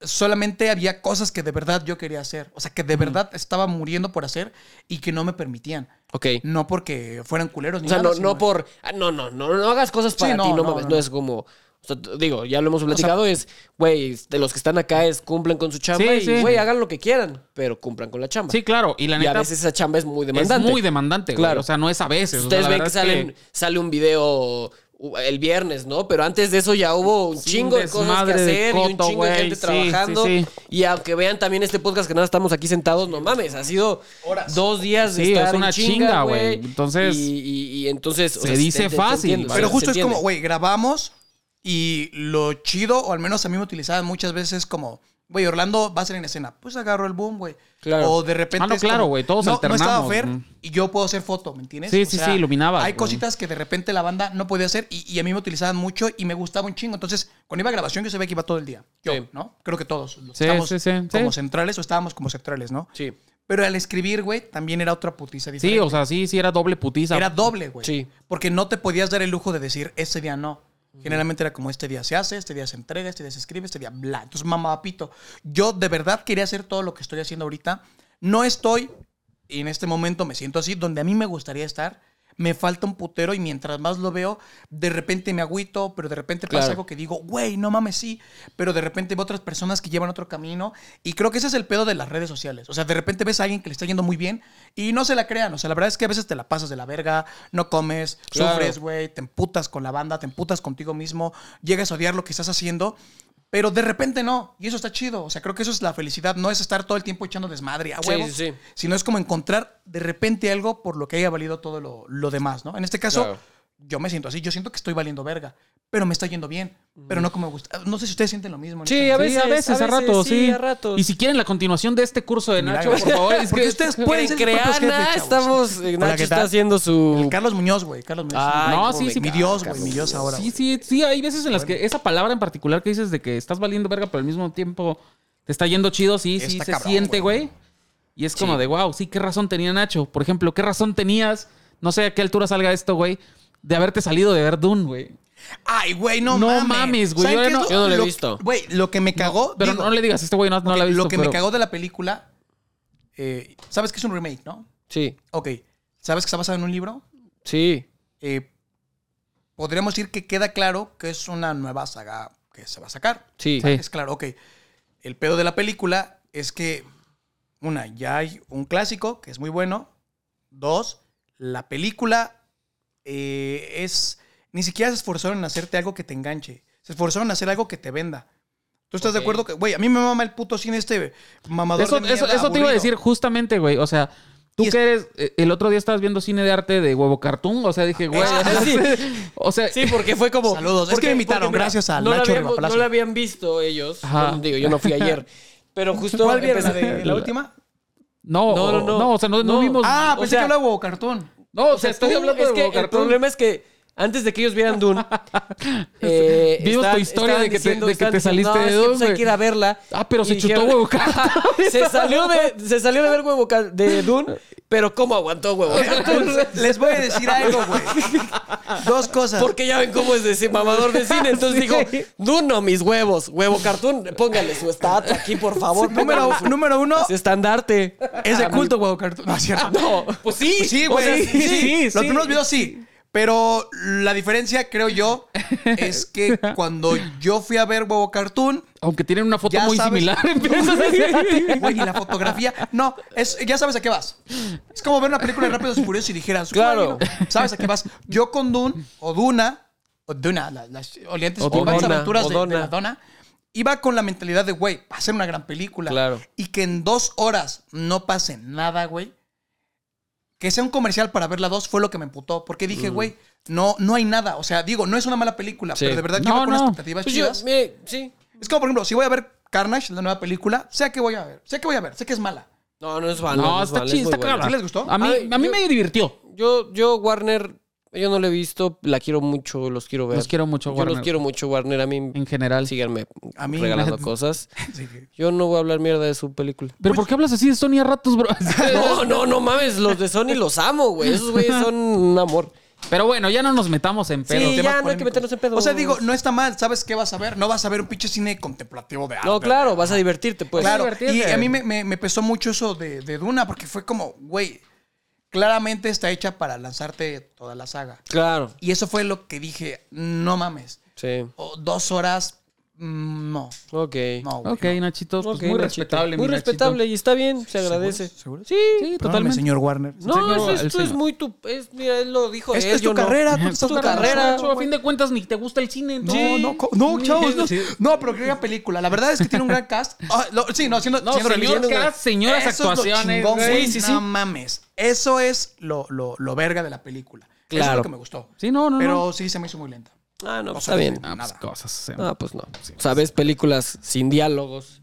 [SPEAKER 3] solamente había cosas que de verdad yo quería hacer. O sea, que de verdad estaba muriendo por hacer y que no me permitían.
[SPEAKER 1] Ok.
[SPEAKER 3] No porque fueran culeros ni
[SPEAKER 1] O sea,
[SPEAKER 3] nada,
[SPEAKER 1] no,
[SPEAKER 3] sino-
[SPEAKER 1] no por. ah, No, no, no, no hagas cosas para
[SPEAKER 3] Sí, no,
[SPEAKER 1] ti, no,
[SPEAKER 3] no,
[SPEAKER 1] mames. No,
[SPEAKER 3] no.
[SPEAKER 1] es como. o sea, t- digo, ya lo hemos platicado, es, güey, de los que están acá es cumplen con su chamba
[SPEAKER 2] Sí,
[SPEAKER 1] y,
[SPEAKER 2] sí.
[SPEAKER 1] güey, hagan lo que quieran, pero cumplan con la chamba.
[SPEAKER 2] Sí, claro. Y la
[SPEAKER 1] y a
[SPEAKER 2] neta
[SPEAKER 1] veces esa chamba es muy
[SPEAKER 2] es
[SPEAKER 1] demandante.
[SPEAKER 2] muy demandante, güey.
[SPEAKER 1] Claro.
[SPEAKER 2] O sea, no es a veces. o sea,
[SPEAKER 1] Ustedes
[SPEAKER 2] Pues la
[SPEAKER 1] ven
[SPEAKER 2] verdad
[SPEAKER 1] que,
[SPEAKER 2] es
[SPEAKER 1] salen- sale un video uh, el viernes, ¿no? Pero antes de eso ya hubo un
[SPEAKER 2] Sí, un
[SPEAKER 1] chingo de cosas que
[SPEAKER 2] desmadre de
[SPEAKER 1] hacer y un
[SPEAKER 2] coto,
[SPEAKER 1] chingo de
[SPEAKER 2] güey.
[SPEAKER 1] gente
[SPEAKER 2] Sí,
[SPEAKER 1] trabajando.
[SPEAKER 2] sí,
[SPEAKER 1] Y aunque vean también este podcast que nada estamos aquí sentados, no mames, ha sido
[SPEAKER 3] Horas.
[SPEAKER 1] dos días de
[SPEAKER 2] Sí,
[SPEAKER 1] estar
[SPEAKER 2] es una
[SPEAKER 1] en
[SPEAKER 2] chinga,
[SPEAKER 1] chinga,
[SPEAKER 2] güey.
[SPEAKER 1] güey.
[SPEAKER 2] Entonces,
[SPEAKER 1] y, y- y entonces o
[SPEAKER 2] se dice fácil,
[SPEAKER 1] entiendo,
[SPEAKER 2] vale.
[SPEAKER 1] se
[SPEAKER 3] Pero justo es
[SPEAKER 1] entiende.
[SPEAKER 3] como, güey, grabamos y lo chido, o al menos a mí me utilizaban muchas veces como, güey, Orlando va a ser en escena. Pues agarro el boom, güey.
[SPEAKER 1] Claro.
[SPEAKER 3] O de repente.
[SPEAKER 2] Ah, no,
[SPEAKER 3] es como,
[SPEAKER 2] claro, güey, todos
[SPEAKER 3] no, No estaba
[SPEAKER 2] alternamos,
[SPEAKER 3] Fer
[SPEAKER 2] mm.
[SPEAKER 3] y yo puedo hacer foto, ¿me entiendes?
[SPEAKER 2] Sí, sí, sí, iluminabas,
[SPEAKER 3] Hay
[SPEAKER 2] güey.
[SPEAKER 3] cositas que de repente la banda no podía hacer y, y a mí me utilizaban mucho y me gustaba un chingo. Entonces, cuando iba a grabación, yo sabía que iba todo el día. Yo,
[SPEAKER 1] Sí.
[SPEAKER 3] ¿no? Creo que todos. Los
[SPEAKER 2] Sí,
[SPEAKER 3] que estamos
[SPEAKER 2] sí, sí, sí.
[SPEAKER 3] como centrales o estábamos como centrales, ¿no?
[SPEAKER 1] Sí.
[SPEAKER 3] Pero al escribir, güey, también era otra putiza
[SPEAKER 2] que- Sí,
[SPEAKER 3] diferente.
[SPEAKER 2] o sea, sí, sí, era doble putiza.
[SPEAKER 3] Era doble, güey.
[SPEAKER 1] Sí.
[SPEAKER 3] Porque no te podías dar el lujo de decir, este día no. Generalmente era como, este día se hace, este día se entrega, este día se escribe, este día bla. Entonces, mamá, pito. Yo de verdad quería hacer todo lo que estoy haciendo ahorita. No estoy, y en este momento me siento así, donde a mí me gustaría estar. Me falta un putero y mientras más lo veo, de repente me agüito, pero de repente pasa
[SPEAKER 1] Claro.
[SPEAKER 3] algo que digo, güey, no mames, sí. Pero de repente veo otras personas que llevan otro camino. Y creo que ese es el pedo de las redes sociales. O sea, de repente ves a alguien que le está yendo muy bien y no se la crean. O sea, la verdad es que a veces te la pasas de la verga, no comes,
[SPEAKER 1] Claro.
[SPEAKER 3] sufres, güey, te emputas con la banda, te emputas contigo mismo, llegas a odiar lo que estás haciendo. Pero de repente no, y eso está chido. O sea, creo que eso es la felicidad. No es estar todo el tiempo echando desmadre a
[SPEAKER 1] Sí,
[SPEAKER 3] huevo,
[SPEAKER 1] sí, sí.
[SPEAKER 3] sino es como encontrar de repente algo por lo que haya valido todo lo, lo demás, ¿no? En este caso,
[SPEAKER 1] Claro.
[SPEAKER 3] yo me siento así. Yo siento que estoy valiendo verga, pero me está yendo bien, pero no como me gusta. No sé si ustedes sienten lo mismo. este
[SPEAKER 1] Sí, a
[SPEAKER 3] honestamente.
[SPEAKER 1] veces,
[SPEAKER 2] sí, a veces, a ratos, sí.
[SPEAKER 1] a ratos.
[SPEAKER 2] Y si quieren la continuación de este curso de
[SPEAKER 3] Mira,
[SPEAKER 2] Nacho,
[SPEAKER 3] güey.
[SPEAKER 2] por favor, es
[SPEAKER 3] Porque
[SPEAKER 2] que-
[SPEAKER 3] ustedes
[SPEAKER 1] pueden
[SPEAKER 3] pueden ser sus propios
[SPEAKER 1] crear,
[SPEAKER 3] jefes,
[SPEAKER 1] nada,
[SPEAKER 3] chavos.
[SPEAKER 1] estamos. eh,
[SPEAKER 3] Hola,
[SPEAKER 1] Nacho
[SPEAKER 3] ¿qué
[SPEAKER 1] está
[SPEAKER 3] tal?
[SPEAKER 1] haciendo
[SPEAKER 3] El
[SPEAKER 1] su.
[SPEAKER 3] Carlos Muñoz, güey. Carlos Muñoz.
[SPEAKER 1] Ay,
[SPEAKER 2] No,
[SPEAKER 1] cómo
[SPEAKER 2] sí,
[SPEAKER 1] me
[SPEAKER 2] Ah, sí.
[SPEAKER 3] mi
[SPEAKER 1] encanta,
[SPEAKER 3] Dios, güey,
[SPEAKER 1] Carlos
[SPEAKER 3] mi Dios ahora.
[SPEAKER 2] Sí,
[SPEAKER 3] güey.
[SPEAKER 2] sí, sí, hay veces en las que esa palabra en particular que dices de que estás valiendo verga, pero al mismo tiempo te está yendo chido, sí, sí,
[SPEAKER 3] Está
[SPEAKER 2] se
[SPEAKER 3] cabrón,
[SPEAKER 2] siente, güey. Y es como de, wow, sí, ¿qué razón tenía Nacho? Por ejemplo, ¿qué razón tenías, no sé a qué altura salga esto, güey, de haberte salido de ver Dune, güey?
[SPEAKER 3] Ay, güey, no,
[SPEAKER 2] No
[SPEAKER 3] mames.
[SPEAKER 2] mames, güey,
[SPEAKER 3] ¿Saben
[SPEAKER 2] yo
[SPEAKER 3] qué
[SPEAKER 2] no-
[SPEAKER 3] es
[SPEAKER 1] yo no lo he
[SPEAKER 3] que-
[SPEAKER 1] visto.
[SPEAKER 3] Güey, lo que me cagó.
[SPEAKER 2] Pero
[SPEAKER 3] digo,
[SPEAKER 2] no le digas, este güey no, no la ha visto,
[SPEAKER 3] Lo que
[SPEAKER 2] pero-
[SPEAKER 3] me cagó de la película. eh, Sabes que es un remake, ¿no?
[SPEAKER 1] Sí,
[SPEAKER 3] Ok. ¿Sabes que está basado en un libro?
[SPEAKER 1] sí.
[SPEAKER 3] Eh, podríamos decir que queda claro que es una nueva saga que se va a sacar.
[SPEAKER 1] Sí.
[SPEAKER 2] Sí.
[SPEAKER 3] Es claro, ok. El pedo de la película es que, una, ya hay un clásico que es muy bueno. Dos, la película eh, es. Ni siquiera se esforzaron en hacerte algo que te enganche. Se esforzaron en hacer algo que te venda. ¿Tú estás
[SPEAKER 1] Ok.
[SPEAKER 3] de acuerdo que, güey, a mí me mama el puto cine este mamador
[SPEAKER 2] Eso,
[SPEAKER 3] de
[SPEAKER 2] eso, eso
[SPEAKER 3] mierda,
[SPEAKER 2] te iba a
[SPEAKER 3] aburrido.
[SPEAKER 2] decir justamente, güey. O sea, tú
[SPEAKER 3] Y es-
[SPEAKER 2] que eres. eh, El otro día estabas viendo cine de arte de huevo cartoon. O sea, dije, güey.
[SPEAKER 1] Ah, sí.
[SPEAKER 2] O sea,
[SPEAKER 1] Sí, porque fue como.
[SPEAKER 3] Saludos. Es
[SPEAKER 1] porque-
[SPEAKER 3] que me invitaron,
[SPEAKER 1] porque, mira,
[SPEAKER 3] gracias a
[SPEAKER 1] no la
[SPEAKER 3] Nacho
[SPEAKER 1] habíamos-
[SPEAKER 3] Rivapalacio.
[SPEAKER 1] No la habían visto ellos.
[SPEAKER 2] Ajá.
[SPEAKER 1] Bueno, digo, yo no fui ayer. Pero justo.
[SPEAKER 3] ¿Cuál vieron? ¿La,
[SPEAKER 1] empecé-
[SPEAKER 3] de- la última?
[SPEAKER 2] no,
[SPEAKER 1] No,
[SPEAKER 2] no,
[SPEAKER 1] no, no.
[SPEAKER 2] no. o sea, no, no
[SPEAKER 1] No.
[SPEAKER 2] vimos.
[SPEAKER 3] Ah,
[SPEAKER 1] o
[SPEAKER 3] pensé
[SPEAKER 1] sea-
[SPEAKER 3] que hablaba de cartón.
[SPEAKER 2] no, o sea, estoy
[SPEAKER 1] tú-
[SPEAKER 2] hablando
[SPEAKER 1] es
[SPEAKER 2] de
[SPEAKER 1] que
[SPEAKER 2] huevo
[SPEAKER 1] El
[SPEAKER 2] cartoon.
[SPEAKER 1] problema es que antes de que ellos vieran Dune. eh,
[SPEAKER 2] Vimos tu
[SPEAKER 1] estaban-
[SPEAKER 2] historia de
[SPEAKER 1] estaban
[SPEAKER 2] que te-
[SPEAKER 1] diciendo-
[SPEAKER 2] de que
[SPEAKER 1] estaban
[SPEAKER 2] te
[SPEAKER 1] diciendo,
[SPEAKER 2] saliste
[SPEAKER 1] "No,
[SPEAKER 2] de
[SPEAKER 1] es que, pues,
[SPEAKER 2] Dune,
[SPEAKER 1] Hay que ir a verla.
[SPEAKER 2] Ah, pero
[SPEAKER 1] Y
[SPEAKER 2] se chutó
[SPEAKER 1] dijeron- "Ah,
[SPEAKER 2] huevo cartoon.
[SPEAKER 1] Se salió, de, se salió de ver huevo ca- de Dune, pero ¿cómo aguantó huevo?
[SPEAKER 3] Entonces, Les voy a decir algo, güey. Dos cosas.
[SPEAKER 1] Porque ya ven cómo es de ese mamador de cine. Entonces dijo, Dune no, mis huevos, huevo cartoon, póngale su estatua aquí, por favor.
[SPEAKER 3] número,
[SPEAKER 1] póngale su-
[SPEAKER 3] número uno,
[SPEAKER 1] su estandarte.
[SPEAKER 3] es de culto, huevo cartón. No, es cierto.
[SPEAKER 1] Ah, No. Pues sí.
[SPEAKER 3] Sí, güey.
[SPEAKER 1] O sea,
[SPEAKER 3] sí, sí,
[SPEAKER 1] sí,
[SPEAKER 3] Los
[SPEAKER 1] sí.
[SPEAKER 3] primeros videos sí. Pero la diferencia, creo yo, es que cuando yo fui a ver Huevo Cartoon,
[SPEAKER 2] Aunque tienen una foto
[SPEAKER 3] Ya
[SPEAKER 2] muy
[SPEAKER 3] sabes.
[SPEAKER 2] similar. empiezas a decir-
[SPEAKER 3] güey, y la fotografía. No, es, ya sabes a qué vas. Es como ver una película de Rápidos y Furiosos y dijeras, güey,
[SPEAKER 1] Claro.
[SPEAKER 3] no, sabes a qué vas. Yo con Dune o Duna, o Duna, la- las olientes
[SPEAKER 1] O
[SPEAKER 3] curvas
[SPEAKER 1] Dona,
[SPEAKER 3] aventuras
[SPEAKER 1] o
[SPEAKER 3] de, de
[SPEAKER 1] Dona.
[SPEAKER 3] la Dona, iba con la mentalidad de, güey, va a ser una gran película.
[SPEAKER 1] Claro.
[SPEAKER 3] Y que en dos horas no pase nada, güey. Que sea un comercial para ver la dos fue lo que me emputó. Porque dije, güey, no, no hay nada. O sea, digo, no es una mala película,
[SPEAKER 1] Mm. Sí.
[SPEAKER 3] pero de verdad
[SPEAKER 2] No,
[SPEAKER 3] yo iba con
[SPEAKER 2] no.
[SPEAKER 3] expectativas
[SPEAKER 1] Pues yo,
[SPEAKER 3] chidas.
[SPEAKER 1] mire, sí.
[SPEAKER 3] Es como, por ejemplo, si voy a ver Carnage, la nueva película, sé que voy a ver, sé que voy a ver, sé que es mala.
[SPEAKER 1] No, no es malo.
[SPEAKER 2] No,
[SPEAKER 1] es
[SPEAKER 2] está
[SPEAKER 1] malo, es
[SPEAKER 2] chido,
[SPEAKER 1] muy
[SPEAKER 2] está
[SPEAKER 1] bueno.
[SPEAKER 2] cagada.
[SPEAKER 3] ¿Sí les gustó?
[SPEAKER 2] A mí,
[SPEAKER 1] Ay,
[SPEAKER 2] a mí
[SPEAKER 1] yo-
[SPEAKER 2] me divirtió.
[SPEAKER 1] Yo, yo, Warner, yo no la he visto, la quiero mucho, los quiero ver.
[SPEAKER 2] Los quiero mucho,
[SPEAKER 1] Yo
[SPEAKER 2] Warner.
[SPEAKER 1] los quiero mucho, Warner. A mí,
[SPEAKER 2] En general.
[SPEAKER 1] síganme
[SPEAKER 3] A mí-
[SPEAKER 1] regalando cosas.
[SPEAKER 3] Sí, sí.
[SPEAKER 1] Yo no voy a hablar mierda de su película.
[SPEAKER 2] Pero ¿por qué hablas así de Sony a ratos, bro?
[SPEAKER 1] No, no, no mames, los de Sony los amo, güey. Esos güeyes son un amor.
[SPEAKER 2] Pero bueno, ya no nos metamos en pedo.
[SPEAKER 1] Sí, ya no hay que meternos en pedos.
[SPEAKER 3] O sea, digo, no está mal. ¿Sabes qué vas a ver? No vas a ver un pinche cine contemplativo de arte.
[SPEAKER 1] No, claro, vas a divertirte, pues.
[SPEAKER 3] Ah, claro.
[SPEAKER 2] divertirte.
[SPEAKER 3] Y a mí me, me- me pesó mucho eso de, de Duna, porque fue como, güey, claramente está hecha para lanzarte toda la saga.
[SPEAKER 1] Claro.
[SPEAKER 3] Y eso fue lo que dije, no mames.
[SPEAKER 1] Sí.
[SPEAKER 3] O dos horas, mm, no.
[SPEAKER 1] Ok.
[SPEAKER 3] No, güey.
[SPEAKER 2] Ok, Nachito, pues
[SPEAKER 1] Ok,
[SPEAKER 2] muy
[SPEAKER 1] Nachito.
[SPEAKER 2] respetable.
[SPEAKER 1] Muy
[SPEAKER 2] mi Nachito.
[SPEAKER 1] respetable y está bien, se agradece.
[SPEAKER 3] ¿Seguro?
[SPEAKER 1] Sí.
[SPEAKER 2] Sí,
[SPEAKER 3] Perdóname,
[SPEAKER 2] totalmente.
[SPEAKER 3] señor Warner.
[SPEAKER 1] No,
[SPEAKER 2] señor.
[SPEAKER 1] eso,
[SPEAKER 2] El
[SPEAKER 1] esto es
[SPEAKER 2] señor.
[SPEAKER 1] muy tu. Es, mira, él lo dijo.
[SPEAKER 3] Esta
[SPEAKER 1] él,
[SPEAKER 3] es tu
[SPEAKER 1] yo no.
[SPEAKER 3] carrera, tú
[SPEAKER 2] Ajá,
[SPEAKER 3] estás
[SPEAKER 1] tu
[SPEAKER 3] buscando
[SPEAKER 1] carrera.
[SPEAKER 3] eso,
[SPEAKER 2] Nacho, a
[SPEAKER 3] güey.
[SPEAKER 2] fin de cuentas ni te gusta el cine.
[SPEAKER 3] No,
[SPEAKER 2] Sí.
[SPEAKER 3] no, co- no, chavos, no.
[SPEAKER 2] Sí.
[SPEAKER 3] No, pero qué gran película. La verdad es que tiene un gran cast. Ah, lo- sí, no, siendo,
[SPEAKER 2] No,
[SPEAKER 3] siendo
[SPEAKER 2] señor
[SPEAKER 3] realistas,
[SPEAKER 2] cast,
[SPEAKER 3] güey.
[SPEAKER 2] señoras
[SPEAKER 3] Eso es lo
[SPEAKER 2] actuaciones,
[SPEAKER 3] chingón,
[SPEAKER 2] güey.
[SPEAKER 3] güey.
[SPEAKER 1] Sí, sí, sí.
[SPEAKER 3] No mames. Eso es lo, lo, lo verga de la película. Eso es
[SPEAKER 1] Claro.
[SPEAKER 3] lo que me gustó.
[SPEAKER 2] Sí, no, no,
[SPEAKER 3] pero
[SPEAKER 2] no.
[SPEAKER 3] sí se me hizo muy lenta.
[SPEAKER 1] Ah, no, pues,
[SPEAKER 3] sea,
[SPEAKER 1] está bien.
[SPEAKER 2] Ah, pues,
[SPEAKER 3] nada.
[SPEAKER 2] cosas. eh.
[SPEAKER 1] Ah, pues no. Sabes películas sin diálogos,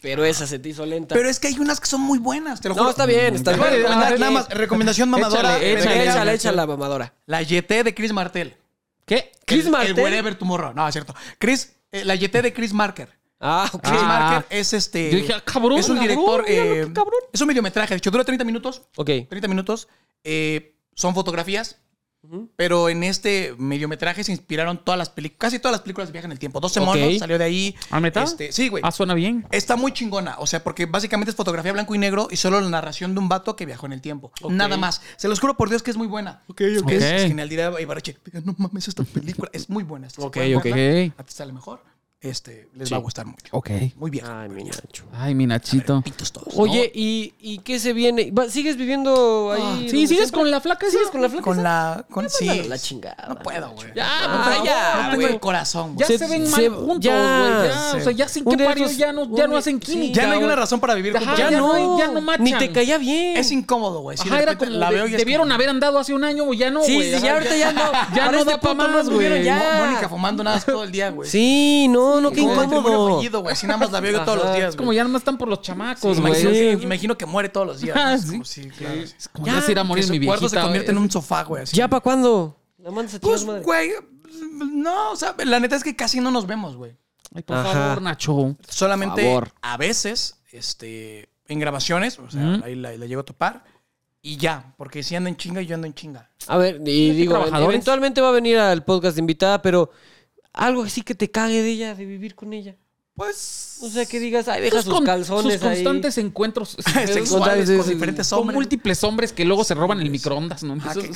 [SPEAKER 1] pero esa se te hizo lenta.
[SPEAKER 3] Pero es que hay unas que son muy buenas, te lo
[SPEAKER 1] No,
[SPEAKER 3] juro.
[SPEAKER 1] está bien, está
[SPEAKER 3] Te voy a
[SPEAKER 1] bien.
[SPEAKER 3] recomendar
[SPEAKER 2] Ah,
[SPEAKER 3] nada
[SPEAKER 2] sí.
[SPEAKER 3] más, recomendación mamadora.
[SPEAKER 2] Échale,
[SPEAKER 3] pendeja.
[SPEAKER 1] Échale, échale, échale la mamadora.
[SPEAKER 3] La YT de Chris Martel.
[SPEAKER 2] ¿Qué?
[SPEAKER 1] Chris
[SPEAKER 3] El- el
[SPEAKER 1] Martel.
[SPEAKER 3] Wherever Tomorrow. No, es cierto. Chris, eh, la YT de Chris Marker.
[SPEAKER 1] Ah, ok.
[SPEAKER 3] Chris
[SPEAKER 2] Ah.
[SPEAKER 3] Marker es este.
[SPEAKER 2] Yo dije, ah, cabrón,
[SPEAKER 3] Es un
[SPEAKER 2] cabrón,
[SPEAKER 3] director.
[SPEAKER 2] mira lo
[SPEAKER 3] eh,
[SPEAKER 2] que cabrón.
[SPEAKER 3] Es un mediometraje. De hecho, dura 30 minutos.
[SPEAKER 1] Ok.
[SPEAKER 3] 30 minutos. eh, son fotografías. Pero en este mediometraje se inspiraron todas las películas, casi todas las películas de viaje en el tiempo. 12
[SPEAKER 1] Ok.
[SPEAKER 3] monos salió de ahí.
[SPEAKER 2] ¿Ah, neta?
[SPEAKER 3] Este, sí, güey.
[SPEAKER 2] Ah, suena bien.
[SPEAKER 3] Está muy chingona, o sea, porque básicamente es fotografía blanco y negro y solo la narración de un vato que viajó en el tiempo. Nada más. Se los juro por Dios que es muy buena.
[SPEAKER 2] ok.
[SPEAKER 3] Es, es genial, diría Ibarreche. No mames, esta película es muy buena.
[SPEAKER 1] Ok,
[SPEAKER 2] ok.
[SPEAKER 3] A ti sale mejor. Este, les va a gustar mucho.
[SPEAKER 2] Ok.
[SPEAKER 3] Muy bien.
[SPEAKER 1] Ay, mi Nacho.
[SPEAKER 2] Ay, mi Nachito.
[SPEAKER 3] Pitos todos.
[SPEAKER 1] Oye, ¿y, ¿y qué se viene? Va- ¿Sigues viviendo ahí? donde
[SPEAKER 2] Sí, sigues
[SPEAKER 1] siempre?
[SPEAKER 2] con la flaca, sigues con la
[SPEAKER 3] ¿no?
[SPEAKER 2] flaca.
[SPEAKER 3] Con la... Con, sí.
[SPEAKER 1] Mándalo a La chingada.
[SPEAKER 3] No puedo, güey.
[SPEAKER 2] Ya,
[SPEAKER 3] Por favor,
[SPEAKER 1] ya,
[SPEAKER 3] No tengo
[SPEAKER 1] güey.
[SPEAKER 3] el corazón,
[SPEAKER 2] Ya
[SPEAKER 3] güey.
[SPEAKER 2] se,
[SPEAKER 1] Se-
[SPEAKER 2] ven mal
[SPEAKER 1] se-
[SPEAKER 2] juntos, güey.
[SPEAKER 1] ya.
[SPEAKER 2] Ya, o sea, ya sin
[SPEAKER 1] Un
[SPEAKER 2] que
[SPEAKER 1] día
[SPEAKER 2] parió,
[SPEAKER 1] estos-
[SPEAKER 2] ya no, ya
[SPEAKER 1] un
[SPEAKER 2] no
[SPEAKER 1] día-
[SPEAKER 2] hacen
[SPEAKER 1] sí.
[SPEAKER 2] química.
[SPEAKER 3] Ya no hay
[SPEAKER 2] güey.
[SPEAKER 3] una razón para vivir
[SPEAKER 2] Ajá,
[SPEAKER 3] juntos.
[SPEAKER 2] ya
[SPEAKER 1] Ya
[SPEAKER 3] güey.
[SPEAKER 2] no
[SPEAKER 1] no.
[SPEAKER 2] hay- ya no machan.
[SPEAKER 1] Ni te caía bien.
[SPEAKER 3] Es incómodo, güey. Sí,
[SPEAKER 2] Ajá,
[SPEAKER 3] de
[SPEAKER 2] era
[SPEAKER 3] repente
[SPEAKER 2] como
[SPEAKER 3] la
[SPEAKER 2] de-
[SPEAKER 3] veo y es
[SPEAKER 2] debieron
[SPEAKER 3] como-
[SPEAKER 2] haber andado hace un año, güey. Ya no,
[SPEAKER 1] Sí,
[SPEAKER 2] güey.
[SPEAKER 1] sí,
[SPEAKER 2] Ajá,
[SPEAKER 1] ya ahorita ya no.
[SPEAKER 2] Ya
[SPEAKER 1] Ahora
[SPEAKER 2] no
[SPEAKER 1] este punto
[SPEAKER 2] da pa'
[SPEAKER 1] no
[SPEAKER 2] más,
[SPEAKER 1] nos vieron
[SPEAKER 2] güey.
[SPEAKER 1] ya.
[SPEAKER 3] Mónica fumando nada todo el día, güey.
[SPEAKER 1] Sí, no, no, qué
[SPEAKER 3] Como matrimonio
[SPEAKER 1] incómodo.
[SPEAKER 3] fallido, güey. Así nada más la veo yo
[SPEAKER 1] Ajá.
[SPEAKER 3] todos los días,
[SPEAKER 2] Es como
[SPEAKER 3] güey.
[SPEAKER 2] ya no están por los chamacos,
[SPEAKER 1] Sí,
[SPEAKER 2] güey.
[SPEAKER 1] imagínate.
[SPEAKER 2] Es
[SPEAKER 3] Imagino,
[SPEAKER 1] Sí.
[SPEAKER 3] imagino que muere todos los días.
[SPEAKER 2] Ah,
[SPEAKER 3] Es
[SPEAKER 2] sí.
[SPEAKER 3] como, sí, claro. sí.
[SPEAKER 2] como
[SPEAKER 1] Ya,
[SPEAKER 2] ya se irá a
[SPEAKER 3] Que
[SPEAKER 2] morir
[SPEAKER 3] su
[SPEAKER 2] mi viejita.
[SPEAKER 3] cuarto se convierte en un sofá, güey. así.
[SPEAKER 1] ¿Ya para cuándo? La mandas a ti,
[SPEAKER 3] Pues,
[SPEAKER 1] madre.
[SPEAKER 3] güey, no, o sea, la neta es que casi no nos vemos, güey.
[SPEAKER 2] Ay, por
[SPEAKER 1] Ajá.
[SPEAKER 2] favor, Nacho.
[SPEAKER 3] Solamente
[SPEAKER 1] Favor.
[SPEAKER 3] a veces, este, en grabaciones, o sea,
[SPEAKER 2] Ujú.
[SPEAKER 3] ahí la, la llego a topar y ya, porque si ando en chinga, yo ando en chinga.
[SPEAKER 1] A ver, y
[SPEAKER 2] Fíjate,
[SPEAKER 1] digo,
[SPEAKER 2] trabajadores.
[SPEAKER 1] eventualmente va a venir al podcast de invitada, pero algo así que te cague de ella, de vivir con ella.
[SPEAKER 3] Pues.
[SPEAKER 1] O sea, que digas, ay, deja
[SPEAKER 2] Sus
[SPEAKER 1] sus
[SPEAKER 2] pues, con-
[SPEAKER 1] calzones
[SPEAKER 2] Sus
[SPEAKER 1] ahí.
[SPEAKER 2] constantes encuentros
[SPEAKER 3] Sexuales
[SPEAKER 1] Con-
[SPEAKER 3] con diferentes
[SPEAKER 2] con
[SPEAKER 3] hombres.
[SPEAKER 2] múltiples hombres que luego se roban el microondas, ¿no?
[SPEAKER 3] Ah,
[SPEAKER 2] Eso-
[SPEAKER 3] que,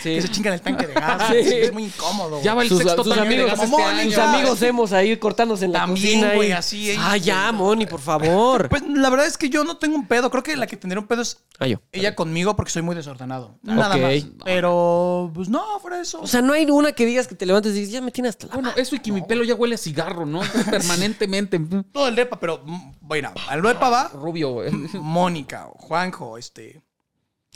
[SPEAKER 3] que se chingan el tanque de gas.
[SPEAKER 1] Sí.
[SPEAKER 3] güey, sí, Es muy incómodo.
[SPEAKER 2] Ya va
[SPEAKER 3] güey.
[SPEAKER 2] el
[SPEAKER 1] Sus,
[SPEAKER 2] sexto
[SPEAKER 1] sus
[SPEAKER 2] tanque de
[SPEAKER 1] amigos,
[SPEAKER 2] gas
[SPEAKER 1] sus
[SPEAKER 2] este
[SPEAKER 3] Mónica.
[SPEAKER 2] año.
[SPEAKER 1] amigos hemos ahí cortándose en la
[SPEAKER 3] También,
[SPEAKER 1] cocina.
[SPEAKER 3] güey,
[SPEAKER 1] ahí.
[SPEAKER 2] eh,
[SPEAKER 3] así, ahí.
[SPEAKER 1] Ah, ya, Moni, por favor.
[SPEAKER 3] Pues la verdad es que yo no tengo un pedo. Creo que la que tendría un pedo es
[SPEAKER 1] Ah, yo.
[SPEAKER 3] ella conmigo porque soy muy desordenado. Nada
[SPEAKER 1] Ok.
[SPEAKER 3] más. Pero, pues no, fuera de eso.
[SPEAKER 1] O sea, no hay una que digas que te levantes y dices, ya me tienes hasta la...
[SPEAKER 2] Bueno, eso y que mi pelo ya huele a cigarro, ¿no? Permanentemente.
[SPEAKER 3] todo el depa, pero mm, bueno, al depa va
[SPEAKER 2] Rubio, güey.
[SPEAKER 3] Mónica, o Juanjo, este.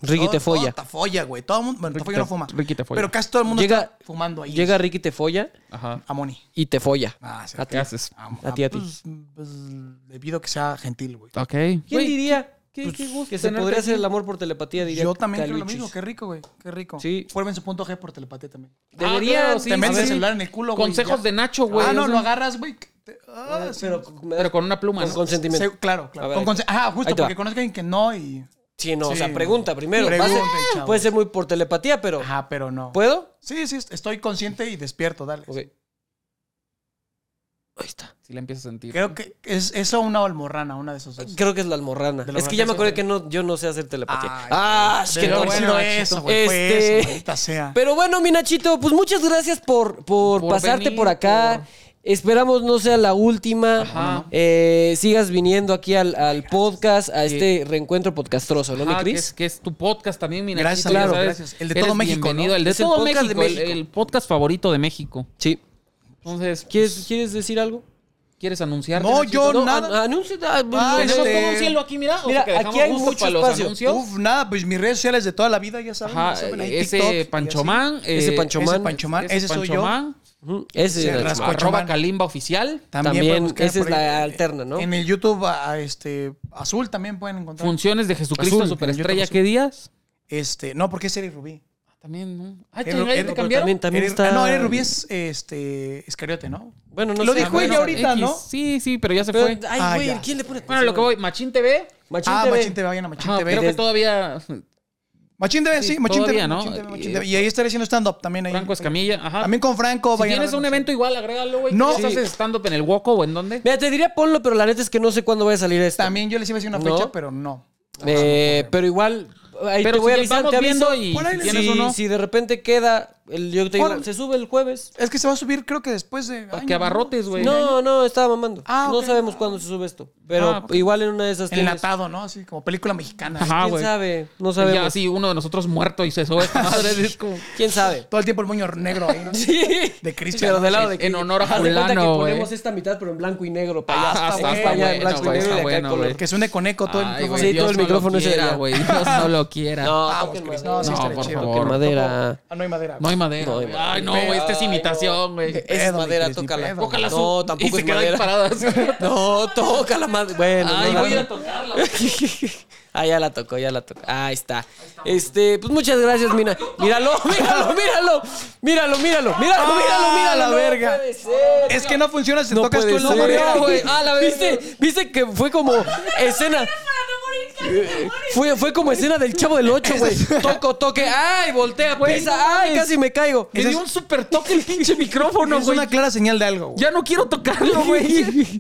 [SPEAKER 1] Ricky
[SPEAKER 3] todo-
[SPEAKER 1] te
[SPEAKER 3] todo
[SPEAKER 1] folla.
[SPEAKER 3] Tafoya, güey. Todo el mundo. Bueno, Tafoya no fuma.
[SPEAKER 2] Ricky te folla.
[SPEAKER 3] Pero casi todo el mundo
[SPEAKER 1] Llega-
[SPEAKER 3] está fumando ahí.
[SPEAKER 1] Llega Ricky te folla
[SPEAKER 2] Ajá.
[SPEAKER 3] a Moni.
[SPEAKER 1] y te folla.
[SPEAKER 3] Ah, sí.
[SPEAKER 1] A ti.
[SPEAKER 2] ¿Qué haces?
[SPEAKER 1] A ti, a ti.
[SPEAKER 3] Pues, pues, le pido que sea gentil, güey.
[SPEAKER 2] Ok.
[SPEAKER 1] ¿Quién
[SPEAKER 2] Güey,
[SPEAKER 1] diría que,
[SPEAKER 2] pues,
[SPEAKER 1] qué gusto que se
[SPEAKER 2] tenerte
[SPEAKER 1] podría
[SPEAKER 2] aquí.
[SPEAKER 1] hacer el amor por telepatía? Diría
[SPEAKER 3] Yo también creo lo
[SPEAKER 1] Caluchis.
[SPEAKER 3] mismo. Qué rico, güey. Qué rico.
[SPEAKER 1] Sí.
[SPEAKER 3] Prueben su punto G por telepatía también.
[SPEAKER 1] Deberían,
[SPEAKER 2] Ah, claro, sí,
[SPEAKER 3] te metes
[SPEAKER 2] sí.
[SPEAKER 3] el celular en el culo, güey.
[SPEAKER 2] Consejos
[SPEAKER 3] ya.
[SPEAKER 2] de Nacho, güey.
[SPEAKER 3] Ah, no,
[SPEAKER 2] O sea,
[SPEAKER 3] lo agarras, güey. Te- ah, sí.
[SPEAKER 1] Pero,
[SPEAKER 2] Pero con una pluma,
[SPEAKER 1] Con
[SPEAKER 2] ¿no?
[SPEAKER 1] consentimiento.
[SPEAKER 3] Se- claro, claro.
[SPEAKER 1] A ver,
[SPEAKER 3] Con
[SPEAKER 1] ahí
[SPEAKER 3] conse- Ajá, justo
[SPEAKER 1] Ahí te va.
[SPEAKER 3] porque conozco a alguien que no y.
[SPEAKER 1] Sí, no, o
[SPEAKER 3] Sí,
[SPEAKER 1] sea,
[SPEAKER 3] no.
[SPEAKER 1] pregunta primero.
[SPEAKER 3] Pregunten,
[SPEAKER 1] Va a ser-
[SPEAKER 3] chavos.
[SPEAKER 1] puede ser muy por telepatía, pero
[SPEAKER 3] Ajá, pero no.
[SPEAKER 1] ¿puedo?
[SPEAKER 3] Sí, sí, estoy consciente y despierto, dale.
[SPEAKER 1] Ok. Ahí está.
[SPEAKER 2] Si la empiezas a sentir.
[SPEAKER 3] Creo que es eso o una almorrana, una de esos dos.
[SPEAKER 1] Creo que es la almorrana.
[SPEAKER 3] Pues, De la
[SPEAKER 1] Es que ya me
[SPEAKER 3] almorrana,
[SPEAKER 1] acordé que no, yo no sé hacer telepatía.
[SPEAKER 3] Ay,
[SPEAKER 1] ah, es que
[SPEAKER 3] Debió
[SPEAKER 1] no.
[SPEAKER 3] haber sido eso, güey. Fue
[SPEAKER 1] Este-
[SPEAKER 3] eso, maldita sea.
[SPEAKER 1] Pero bueno, mi Nachito, pues muchas gracias por, por,
[SPEAKER 2] Por
[SPEAKER 1] pasarte
[SPEAKER 2] venir,
[SPEAKER 1] por acá. Esperamos no sea la última.
[SPEAKER 2] Ajá.
[SPEAKER 1] Eh, sigas viniendo aquí al, al podcast, a este reencuentro podcastroso, ¿no, mi
[SPEAKER 2] Ah, que, es,
[SPEAKER 1] Cris?
[SPEAKER 2] que es tu podcast también, mi
[SPEAKER 3] Gracias,
[SPEAKER 2] Nachito, ya
[SPEAKER 3] claro,
[SPEAKER 2] sabes.
[SPEAKER 3] gracias. El de
[SPEAKER 2] Eres
[SPEAKER 3] todo México,
[SPEAKER 2] bienvenido,
[SPEAKER 3] ¿no?
[SPEAKER 2] El de
[SPEAKER 1] Es el
[SPEAKER 2] todo
[SPEAKER 1] podcast de
[SPEAKER 2] México, el-
[SPEAKER 1] México.
[SPEAKER 2] el podcast favorito de México.
[SPEAKER 1] Sí.
[SPEAKER 2] Entonces,
[SPEAKER 1] ¿Quieres, ¿Quieres decir algo?
[SPEAKER 2] ¿Quieres anunciar?
[SPEAKER 3] No, yo nada.
[SPEAKER 1] anuncio- ah,
[SPEAKER 3] Ah,
[SPEAKER 1] no,
[SPEAKER 2] Tenemos
[SPEAKER 3] este-
[SPEAKER 2] todo un cielo aquí, mira. o
[SPEAKER 1] Mira,
[SPEAKER 2] sea, que dejamos
[SPEAKER 1] aquí hay
[SPEAKER 2] gusto
[SPEAKER 1] mucho
[SPEAKER 2] para los
[SPEAKER 1] espacio.
[SPEAKER 2] anuncios.
[SPEAKER 3] Uf, nada, pues mis redes sociales de toda la vida, ya saben.
[SPEAKER 2] Ajá,
[SPEAKER 3] ya saben, ahí
[SPEAKER 2] ese
[SPEAKER 3] TikTok y así.
[SPEAKER 2] Panchomán.
[SPEAKER 1] Ese
[SPEAKER 2] eh,
[SPEAKER 1] Panchomán.
[SPEAKER 3] Ese Panchomán, ese, soy yo.
[SPEAKER 2] Panchomán,
[SPEAKER 1] Ujú, Ese es
[SPEAKER 3] Se
[SPEAKER 1] el Nachito.
[SPEAKER 3] rascó.
[SPEAKER 2] Arroba
[SPEAKER 3] Panchomán.
[SPEAKER 2] Kalimba Oficial.
[SPEAKER 1] También,
[SPEAKER 3] pueden buscar
[SPEAKER 1] esa es
[SPEAKER 3] por ahí.
[SPEAKER 1] la alterna, ¿no?
[SPEAKER 3] En el YouTube a- a este, azul también pueden encontrar.
[SPEAKER 2] Funciones de Jesucristo
[SPEAKER 3] Azul, en
[SPEAKER 2] Superestrella.
[SPEAKER 3] YouTube
[SPEAKER 2] ¿Qué días?
[SPEAKER 3] este, no, porque es Eri Rubí.
[SPEAKER 2] También, ¿no? Ah,
[SPEAKER 3] Eri-
[SPEAKER 2] chinga, ¿ya
[SPEAKER 3] Eri-
[SPEAKER 2] te
[SPEAKER 3] pero
[SPEAKER 2] cambiaron?
[SPEAKER 1] también-
[SPEAKER 3] Eri-
[SPEAKER 1] está-
[SPEAKER 3] ah, no, Eri Rubí es este, Escariote, ¿no?
[SPEAKER 1] Bueno, no
[SPEAKER 3] Lo
[SPEAKER 1] sé.
[SPEAKER 3] dijo
[SPEAKER 1] bueno,
[SPEAKER 3] ella
[SPEAKER 1] no sé.
[SPEAKER 3] ahorita,
[SPEAKER 2] X,
[SPEAKER 3] ¿no?
[SPEAKER 2] Sí, sí, pero ya se
[SPEAKER 1] Pero,
[SPEAKER 2] fue.
[SPEAKER 1] ay,
[SPEAKER 3] Ah,
[SPEAKER 1] güey,
[SPEAKER 3] ya.
[SPEAKER 1] ¿quién le pone
[SPEAKER 2] Bueno, lo que voy, Machín TV.
[SPEAKER 1] Machín
[SPEAKER 3] Ah,
[SPEAKER 1] TV.
[SPEAKER 3] Machín TV, vayan a Machín
[SPEAKER 2] Ajá,
[SPEAKER 3] TV.
[SPEAKER 2] creo que todavía
[SPEAKER 3] Machín TV,
[SPEAKER 2] Sí,
[SPEAKER 3] sí, Machín
[SPEAKER 2] todavía,
[SPEAKER 3] TV.
[SPEAKER 2] ¿no?
[SPEAKER 3] Machín TV, Machín
[SPEAKER 2] Y-
[SPEAKER 3] TV. Y ahí estaré haciendo stand-up también. Ahí.
[SPEAKER 2] Franco Escamilla, ajá.
[SPEAKER 3] También con Franco.
[SPEAKER 2] si
[SPEAKER 3] vayan a
[SPEAKER 2] tienes un
[SPEAKER 3] verlo.
[SPEAKER 2] evento igual, agrégalo, güey.
[SPEAKER 3] No.
[SPEAKER 2] No. ¿Estás
[SPEAKER 3] Sí.
[SPEAKER 2] stand up en el Woco o en dónde?
[SPEAKER 1] Mira, te diría ponlo, pero la neta es que no sé cuándo vaya a salir esto.
[SPEAKER 3] También yo les iba a decir una
[SPEAKER 1] No.
[SPEAKER 3] fecha, pero no.
[SPEAKER 1] Eh, pero igual, ahí
[SPEAKER 2] Pero
[SPEAKER 1] te voy
[SPEAKER 2] si
[SPEAKER 1] a
[SPEAKER 2] le
[SPEAKER 1] avisar,
[SPEAKER 2] vamos
[SPEAKER 1] te aviso.
[SPEAKER 2] viendo y
[SPEAKER 3] Por ahí
[SPEAKER 2] si
[SPEAKER 3] le-
[SPEAKER 2] tienes
[SPEAKER 1] si,
[SPEAKER 2] uno,
[SPEAKER 1] si de repente queda, el- yo te digo,
[SPEAKER 3] Órale.
[SPEAKER 1] se sube el jueves.
[SPEAKER 3] Es que se va a subir, creo que después de.
[SPEAKER 2] para
[SPEAKER 1] Pues,
[SPEAKER 3] año,
[SPEAKER 2] que
[SPEAKER 3] ¿no?
[SPEAKER 2] abarrotes, güey.
[SPEAKER 1] No, no, estaba mamando.
[SPEAKER 3] Ah,
[SPEAKER 1] No
[SPEAKER 3] ok.
[SPEAKER 1] sabemos cuándo se sube esto. Pero
[SPEAKER 2] Ah, ok.
[SPEAKER 1] igual en una de esas tienes-
[SPEAKER 3] Enlatado, ¿no? Así como película mexicana.
[SPEAKER 2] Ajá.
[SPEAKER 1] ¿Quién
[SPEAKER 2] güey.
[SPEAKER 1] sabe? No
[SPEAKER 2] Y ya
[SPEAKER 1] sabemos.
[SPEAKER 2] así uno de nosotros muerto y se sube. esta madre, es como-
[SPEAKER 1] ¿Quién sabe?
[SPEAKER 3] Todo el tiempo el moño negro ahí, ¿no?
[SPEAKER 1] Sí.
[SPEAKER 3] De Cristian.
[SPEAKER 1] Pero del lado de
[SPEAKER 2] En honor a
[SPEAKER 1] Haz de cuenta
[SPEAKER 2] fulano,
[SPEAKER 1] que
[SPEAKER 2] güey.
[SPEAKER 1] ponemos esta mitad, pero en blanco y negro. Para allá,
[SPEAKER 2] Ah,
[SPEAKER 1] hasta
[SPEAKER 2] está
[SPEAKER 1] acá, para allá, en
[SPEAKER 2] bueno,
[SPEAKER 1] blanco
[SPEAKER 2] güey,
[SPEAKER 1] y negro. y
[SPEAKER 2] está
[SPEAKER 1] de acá
[SPEAKER 2] bueno,
[SPEAKER 1] color.
[SPEAKER 2] güey.
[SPEAKER 3] Que suene con eco todo
[SPEAKER 2] Ay,
[SPEAKER 3] el
[SPEAKER 2] güey,
[SPEAKER 1] Sí,
[SPEAKER 2] Dios
[SPEAKER 1] todo el
[SPEAKER 2] no lo
[SPEAKER 1] micrófono ese de
[SPEAKER 2] quiera,
[SPEAKER 1] allá.
[SPEAKER 2] güey. Dios no lo quiera.
[SPEAKER 1] No,
[SPEAKER 3] Vamos,
[SPEAKER 1] toquen
[SPEAKER 3] Chris,
[SPEAKER 1] madera.
[SPEAKER 3] Ah, no, sí
[SPEAKER 2] No,
[SPEAKER 3] estaría
[SPEAKER 2] por
[SPEAKER 3] chido.
[SPEAKER 2] favor.
[SPEAKER 1] Toquen madera.
[SPEAKER 3] Ah, no hay madera.
[SPEAKER 2] No hay madera.
[SPEAKER 1] No hay
[SPEAKER 2] güey.
[SPEAKER 1] madera.
[SPEAKER 2] Ay, no, güey, esta es
[SPEAKER 1] Ay,
[SPEAKER 2] imitación, güey.
[SPEAKER 1] Es
[SPEAKER 3] pedo, mi
[SPEAKER 1] madera,
[SPEAKER 3] Chris, ni
[SPEAKER 1] tócala.
[SPEAKER 3] pedo.
[SPEAKER 2] Tócala su-
[SPEAKER 1] No,
[SPEAKER 2] y
[SPEAKER 1] tampoco
[SPEAKER 2] se
[SPEAKER 1] es
[SPEAKER 2] quedan
[SPEAKER 1] madera.
[SPEAKER 2] paradas.
[SPEAKER 1] No, toca la madre. Bueno,
[SPEAKER 2] Ay,
[SPEAKER 1] no,
[SPEAKER 2] voy a
[SPEAKER 1] no.
[SPEAKER 2] ir a tocarla, güey.
[SPEAKER 1] ah, ya la tocó, ya la tocó. Ah, ahí está. Este, pues muchas gracias, mira. Míralo, míralo, míralo. Míralo, míralo, míralo, míralo,
[SPEAKER 3] Ah,
[SPEAKER 1] míralo.
[SPEAKER 3] la
[SPEAKER 1] no
[SPEAKER 3] verga.
[SPEAKER 1] puede ser.
[SPEAKER 3] Es que no funciona si
[SPEAKER 1] No
[SPEAKER 3] tocas tú
[SPEAKER 1] puede
[SPEAKER 3] el
[SPEAKER 1] ser.
[SPEAKER 2] No,
[SPEAKER 3] hombro.
[SPEAKER 2] güey. Ah, la verga.
[SPEAKER 1] ¿Viste, viste que fue como escena. Eh, Fue, fue como escena del chavo del 8, güey. Toco, toque. Ay, voltea, pisa. Ay, casi me caigo.
[SPEAKER 2] Me dio un super toque el pinche micrófono,
[SPEAKER 3] Es
[SPEAKER 2] güey.
[SPEAKER 3] una clara señal de algo, güey.
[SPEAKER 2] Ya no quiero tocarlo, güey.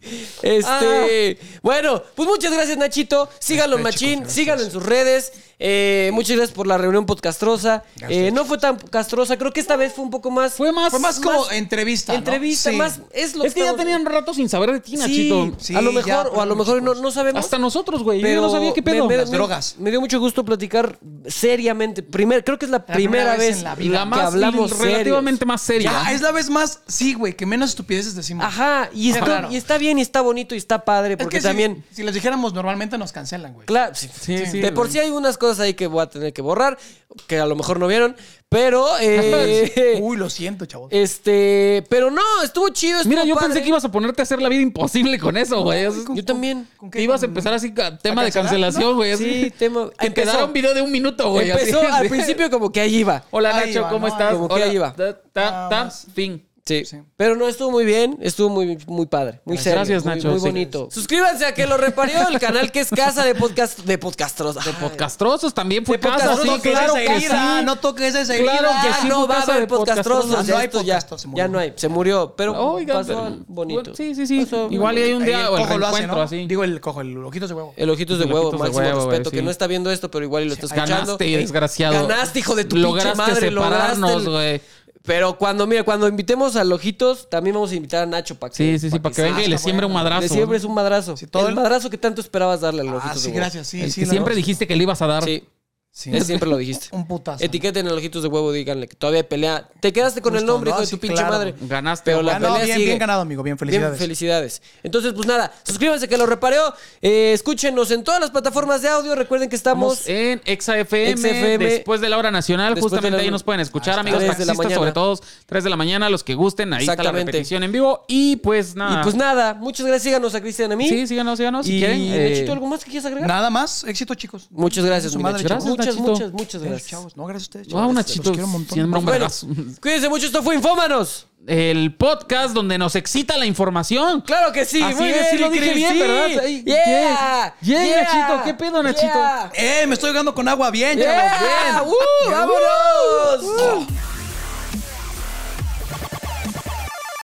[SPEAKER 1] Este,
[SPEAKER 2] Ah.
[SPEAKER 1] bueno, pues muchas gracias, Nachito. Síganlo, Machín, síganlo en sus redes. Eh, muchas gracias por la reunión podcastrosa. Eh, no fue tan castrosa, creo que esta vez fue un poco más.
[SPEAKER 2] Fue más.
[SPEAKER 3] Fue más como
[SPEAKER 1] más
[SPEAKER 3] entrevista. ¿no?
[SPEAKER 1] entrevista,
[SPEAKER 3] Sí.
[SPEAKER 1] más. Es lo
[SPEAKER 2] Es que ya
[SPEAKER 1] estamos-
[SPEAKER 2] tenían rato sin saber de ti,
[SPEAKER 1] Sí,
[SPEAKER 2] Nachito.
[SPEAKER 3] sí,
[SPEAKER 1] a lo
[SPEAKER 3] ya,
[SPEAKER 1] mejor, o a
[SPEAKER 3] perdón,
[SPEAKER 1] lo mejor no,
[SPEAKER 3] chicos.
[SPEAKER 1] no sabemos.
[SPEAKER 2] Hasta nosotros, güey. Yo
[SPEAKER 1] pero
[SPEAKER 2] no sabía qué pedo.
[SPEAKER 1] me- me-
[SPEAKER 3] Las drogas.
[SPEAKER 1] Me dio mucho gusto platicar seriamente. Primer, creo que es la, primera vez,
[SPEAKER 3] en la vida.
[SPEAKER 2] la
[SPEAKER 1] que
[SPEAKER 2] más
[SPEAKER 1] hablamos
[SPEAKER 2] relativamente
[SPEAKER 1] serios.
[SPEAKER 2] más seria.
[SPEAKER 3] Ya, es la vez más, sí, güey, que menos estupideces decimos.
[SPEAKER 1] Ajá, y está,
[SPEAKER 3] Claro.
[SPEAKER 1] y está bien, y está bonito, y está padre,
[SPEAKER 3] Es que
[SPEAKER 1] porque
[SPEAKER 3] si-
[SPEAKER 1] también.
[SPEAKER 3] Si, las dijéramos normalmente nos cancelan, güey.
[SPEAKER 1] Claro, sí,
[SPEAKER 2] Sí, sí,
[SPEAKER 1] de por
[SPEAKER 2] güey.
[SPEAKER 1] sí hay unas cosas ahí que voy a tener que borrar, que a lo mejor no vieron, pero eh,
[SPEAKER 3] Uy, lo siento, chavos.
[SPEAKER 1] este, pero no, estuvo chido. estuvo
[SPEAKER 2] Mira, yo
[SPEAKER 1] padre.
[SPEAKER 2] pensé que ibas a ponerte a hacer la vida imposible con eso, güey. Eso es-
[SPEAKER 1] Yo también.
[SPEAKER 3] ¿Con
[SPEAKER 2] que
[SPEAKER 3] qué?
[SPEAKER 2] ibas a
[SPEAKER 3] ¿Con-
[SPEAKER 2] empezar así ca- tema de
[SPEAKER 3] cancelar?
[SPEAKER 2] cancelación, güey. así.
[SPEAKER 1] Sí, tema.
[SPEAKER 2] Que te
[SPEAKER 1] empezó.
[SPEAKER 2] dara un video de un minuto, güey. así. ¿eh?
[SPEAKER 1] Empezó al principio como que ahí iba.
[SPEAKER 2] Hola,
[SPEAKER 3] Ahí
[SPEAKER 2] Nacho,
[SPEAKER 3] va,
[SPEAKER 2] ¿cómo
[SPEAKER 3] ¿no?
[SPEAKER 2] estás?
[SPEAKER 1] Como que
[SPEAKER 2] Hola,
[SPEAKER 1] ahí va.
[SPEAKER 2] Ta, ta,
[SPEAKER 3] Nada
[SPEAKER 2] ta,
[SPEAKER 3] más.
[SPEAKER 2] fin.
[SPEAKER 1] Sí.
[SPEAKER 3] Sí.
[SPEAKER 1] Pero no, estuvo muy bien, estuvo muy, muy padre, muy serio.
[SPEAKER 2] Gracias,
[SPEAKER 1] muy-
[SPEAKER 2] Nacho,
[SPEAKER 1] Muy,
[SPEAKER 2] sí.
[SPEAKER 1] bonito. Suscríbanse a que lo reparió el canal que es Casa de Podcast, de Podcastros. De
[SPEAKER 2] Podcastrosos también fue
[SPEAKER 1] De podcast-
[SPEAKER 2] casa,
[SPEAKER 3] No
[SPEAKER 2] sí,
[SPEAKER 1] no,
[SPEAKER 3] toques
[SPEAKER 2] claro
[SPEAKER 3] esa
[SPEAKER 2] que sí.
[SPEAKER 3] herida, no toques Ah. esa herida.
[SPEAKER 2] Claro que sí.
[SPEAKER 1] no
[SPEAKER 2] fue
[SPEAKER 1] va a
[SPEAKER 2] Casa
[SPEAKER 1] haber
[SPEAKER 2] de Podcastros.
[SPEAKER 1] podcastrosos.
[SPEAKER 3] No hay
[SPEAKER 1] esto ya,
[SPEAKER 3] podcastos, se murió.
[SPEAKER 1] ya no hay, se murió, pero
[SPEAKER 2] Oiga,
[SPEAKER 1] pasó
[SPEAKER 2] pero-
[SPEAKER 1] bonito.
[SPEAKER 2] Sí, sí, sí.
[SPEAKER 1] Pasó
[SPEAKER 2] Igual y hay un
[SPEAKER 3] Ahí
[SPEAKER 2] día o el
[SPEAKER 3] cojo lo hace,
[SPEAKER 2] reencuentro
[SPEAKER 3] ¿no?
[SPEAKER 2] así.
[SPEAKER 3] Digo, el cojo, el ojitos de huevo.
[SPEAKER 1] El ojitos de
[SPEAKER 2] El
[SPEAKER 1] huevo,
[SPEAKER 2] ojitos de
[SPEAKER 1] máximo
[SPEAKER 2] huevo, güey,
[SPEAKER 1] respeto, que
[SPEAKER 2] sí.
[SPEAKER 1] no está viendo esto, pero igual y lo está escuchando.
[SPEAKER 2] eh, Ganaste, desgraciado.
[SPEAKER 1] Ganaste, hijo de tu
[SPEAKER 2] Lograste
[SPEAKER 1] pinche madre, Pues lograste
[SPEAKER 2] separarnos,
[SPEAKER 1] el-
[SPEAKER 2] güey.
[SPEAKER 1] Pero cuando, mira, cuando invitemos al ojitos, también vamos a invitar a Nacho para que
[SPEAKER 2] Sí, sí, sí, para que venga y
[SPEAKER 3] está
[SPEAKER 2] le siembre un
[SPEAKER 3] bueno.
[SPEAKER 2] madrazo.
[SPEAKER 1] le siempre es un madrazo.
[SPEAKER 3] Sí, todo
[SPEAKER 1] el
[SPEAKER 3] el-
[SPEAKER 1] madrazo que tanto esperabas darle al ojitos
[SPEAKER 3] Ah, sí,
[SPEAKER 1] de huevo.
[SPEAKER 3] gracias, sí,
[SPEAKER 2] El
[SPEAKER 3] sí.
[SPEAKER 2] que
[SPEAKER 3] la
[SPEAKER 2] siempre
[SPEAKER 3] verdad.
[SPEAKER 2] dijiste que le ibas a dar.
[SPEAKER 1] Sí,
[SPEAKER 3] Sí.
[SPEAKER 1] él siempre lo dijiste.
[SPEAKER 3] Un putazo.
[SPEAKER 1] Etiqueten al ojitos de huevo, díganle que todavía hay pelea. Te quedaste con el
[SPEAKER 3] Justo,
[SPEAKER 1] nombre,
[SPEAKER 3] ¿no?
[SPEAKER 1] hijo de
[SPEAKER 3] Sí,
[SPEAKER 1] tu pinche
[SPEAKER 3] claro.
[SPEAKER 1] madre.
[SPEAKER 2] Ganaste.
[SPEAKER 1] Pero la
[SPEAKER 3] Ganó,
[SPEAKER 1] pelea
[SPEAKER 3] Ah, bien,
[SPEAKER 1] sigue.
[SPEAKER 3] bien ganado, amigo, bien, felicidades.
[SPEAKER 1] Bien, felicidades. Entonces, pues nada, suscríbanse que lo reparó. Eh, escúchenos en todas las plataformas de audio. Recuerden que estamos
[SPEAKER 2] Estamos en Exa FM,
[SPEAKER 1] Exa FM.
[SPEAKER 2] después de la hora nacional,
[SPEAKER 1] Después de
[SPEAKER 2] justamente
[SPEAKER 1] la-
[SPEAKER 2] ahí nos pueden escuchar,
[SPEAKER 1] Hasta
[SPEAKER 2] amigos
[SPEAKER 1] tres de la
[SPEAKER 2] taxistas,
[SPEAKER 1] mañana.
[SPEAKER 2] sobre todo 3 de la mañana, los que gusten, ahí está la
[SPEAKER 1] Exactamente.
[SPEAKER 2] repetición en vivo y pues nada.
[SPEAKER 1] Y pues nada, muchas gracias. Síganos a Cristian a mí.
[SPEAKER 2] Sí, síganos, síganos, si
[SPEAKER 1] y
[SPEAKER 2] quieren. eh,
[SPEAKER 1] Nachito, ¿algo más que quieras agregar?
[SPEAKER 3] Nada más, éxito, chicos.
[SPEAKER 1] Muchas gracias,
[SPEAKER 3] Su
[SPEAKER 1] mi
[SPEAKER 3] madre, Eh,
[SPEAKER 1] Nachito.
[SPEAKER 2] gracias,
[SPEAKER 1] muchas,
[SPEAKER 2] Nachito.
[SPEAKER 1] muchas, muchas gracias.
[SPEAKER 3] Chavos, no, gracias a ustedes.
[SPEAKER 2] Wow,
[SPEAKER 3] chavos.
[SPEAKER 2] Nachito,
[SPEAKER 3] Los quiero un montón.
[SPEAKER 2] siempre un
[SPEAKER 1] Bueno,
[SPEAKER 2] vergazo.
[SPEAKER 1] cuídense mucho, esto fue Infómanos.
[SPEAKER 2] El podcast donde nos excita la información.
[SPEAKER 1] Claro que sí,
[SPEAKER 2] Así
[SPEAKER 1] muy
[SPEAKER 2] es,
[SPEAKER 1] bien,
[SPEAKER 2] sí lo
[SPEAKER 1] mi
[SPEAKER 2] dije
[SPEAKER 1] Cris,
[SPEAKER 2] bien,
[SPEAKER 1] sí.
[SPEAKER 2] ¿verdad? Ay,
[SPEAKER 1] Yeah,
[SPEAKER 2] yes. Yeah,
[SPEAKER 1] yeah,
[SPEAKER 2] Nachito, ¿qué pedo, Nachito?
[SPEAKER 1] yeah,
[SPEAKER 3] ¡Eh! Me estoy ahogando con agua bien,
[SPEAKER 1] yeah,
[SPEAKER 3] chavos, bien.
[SPEAKER 1] uh, vámonos.
[SPEAKER 3] Oh.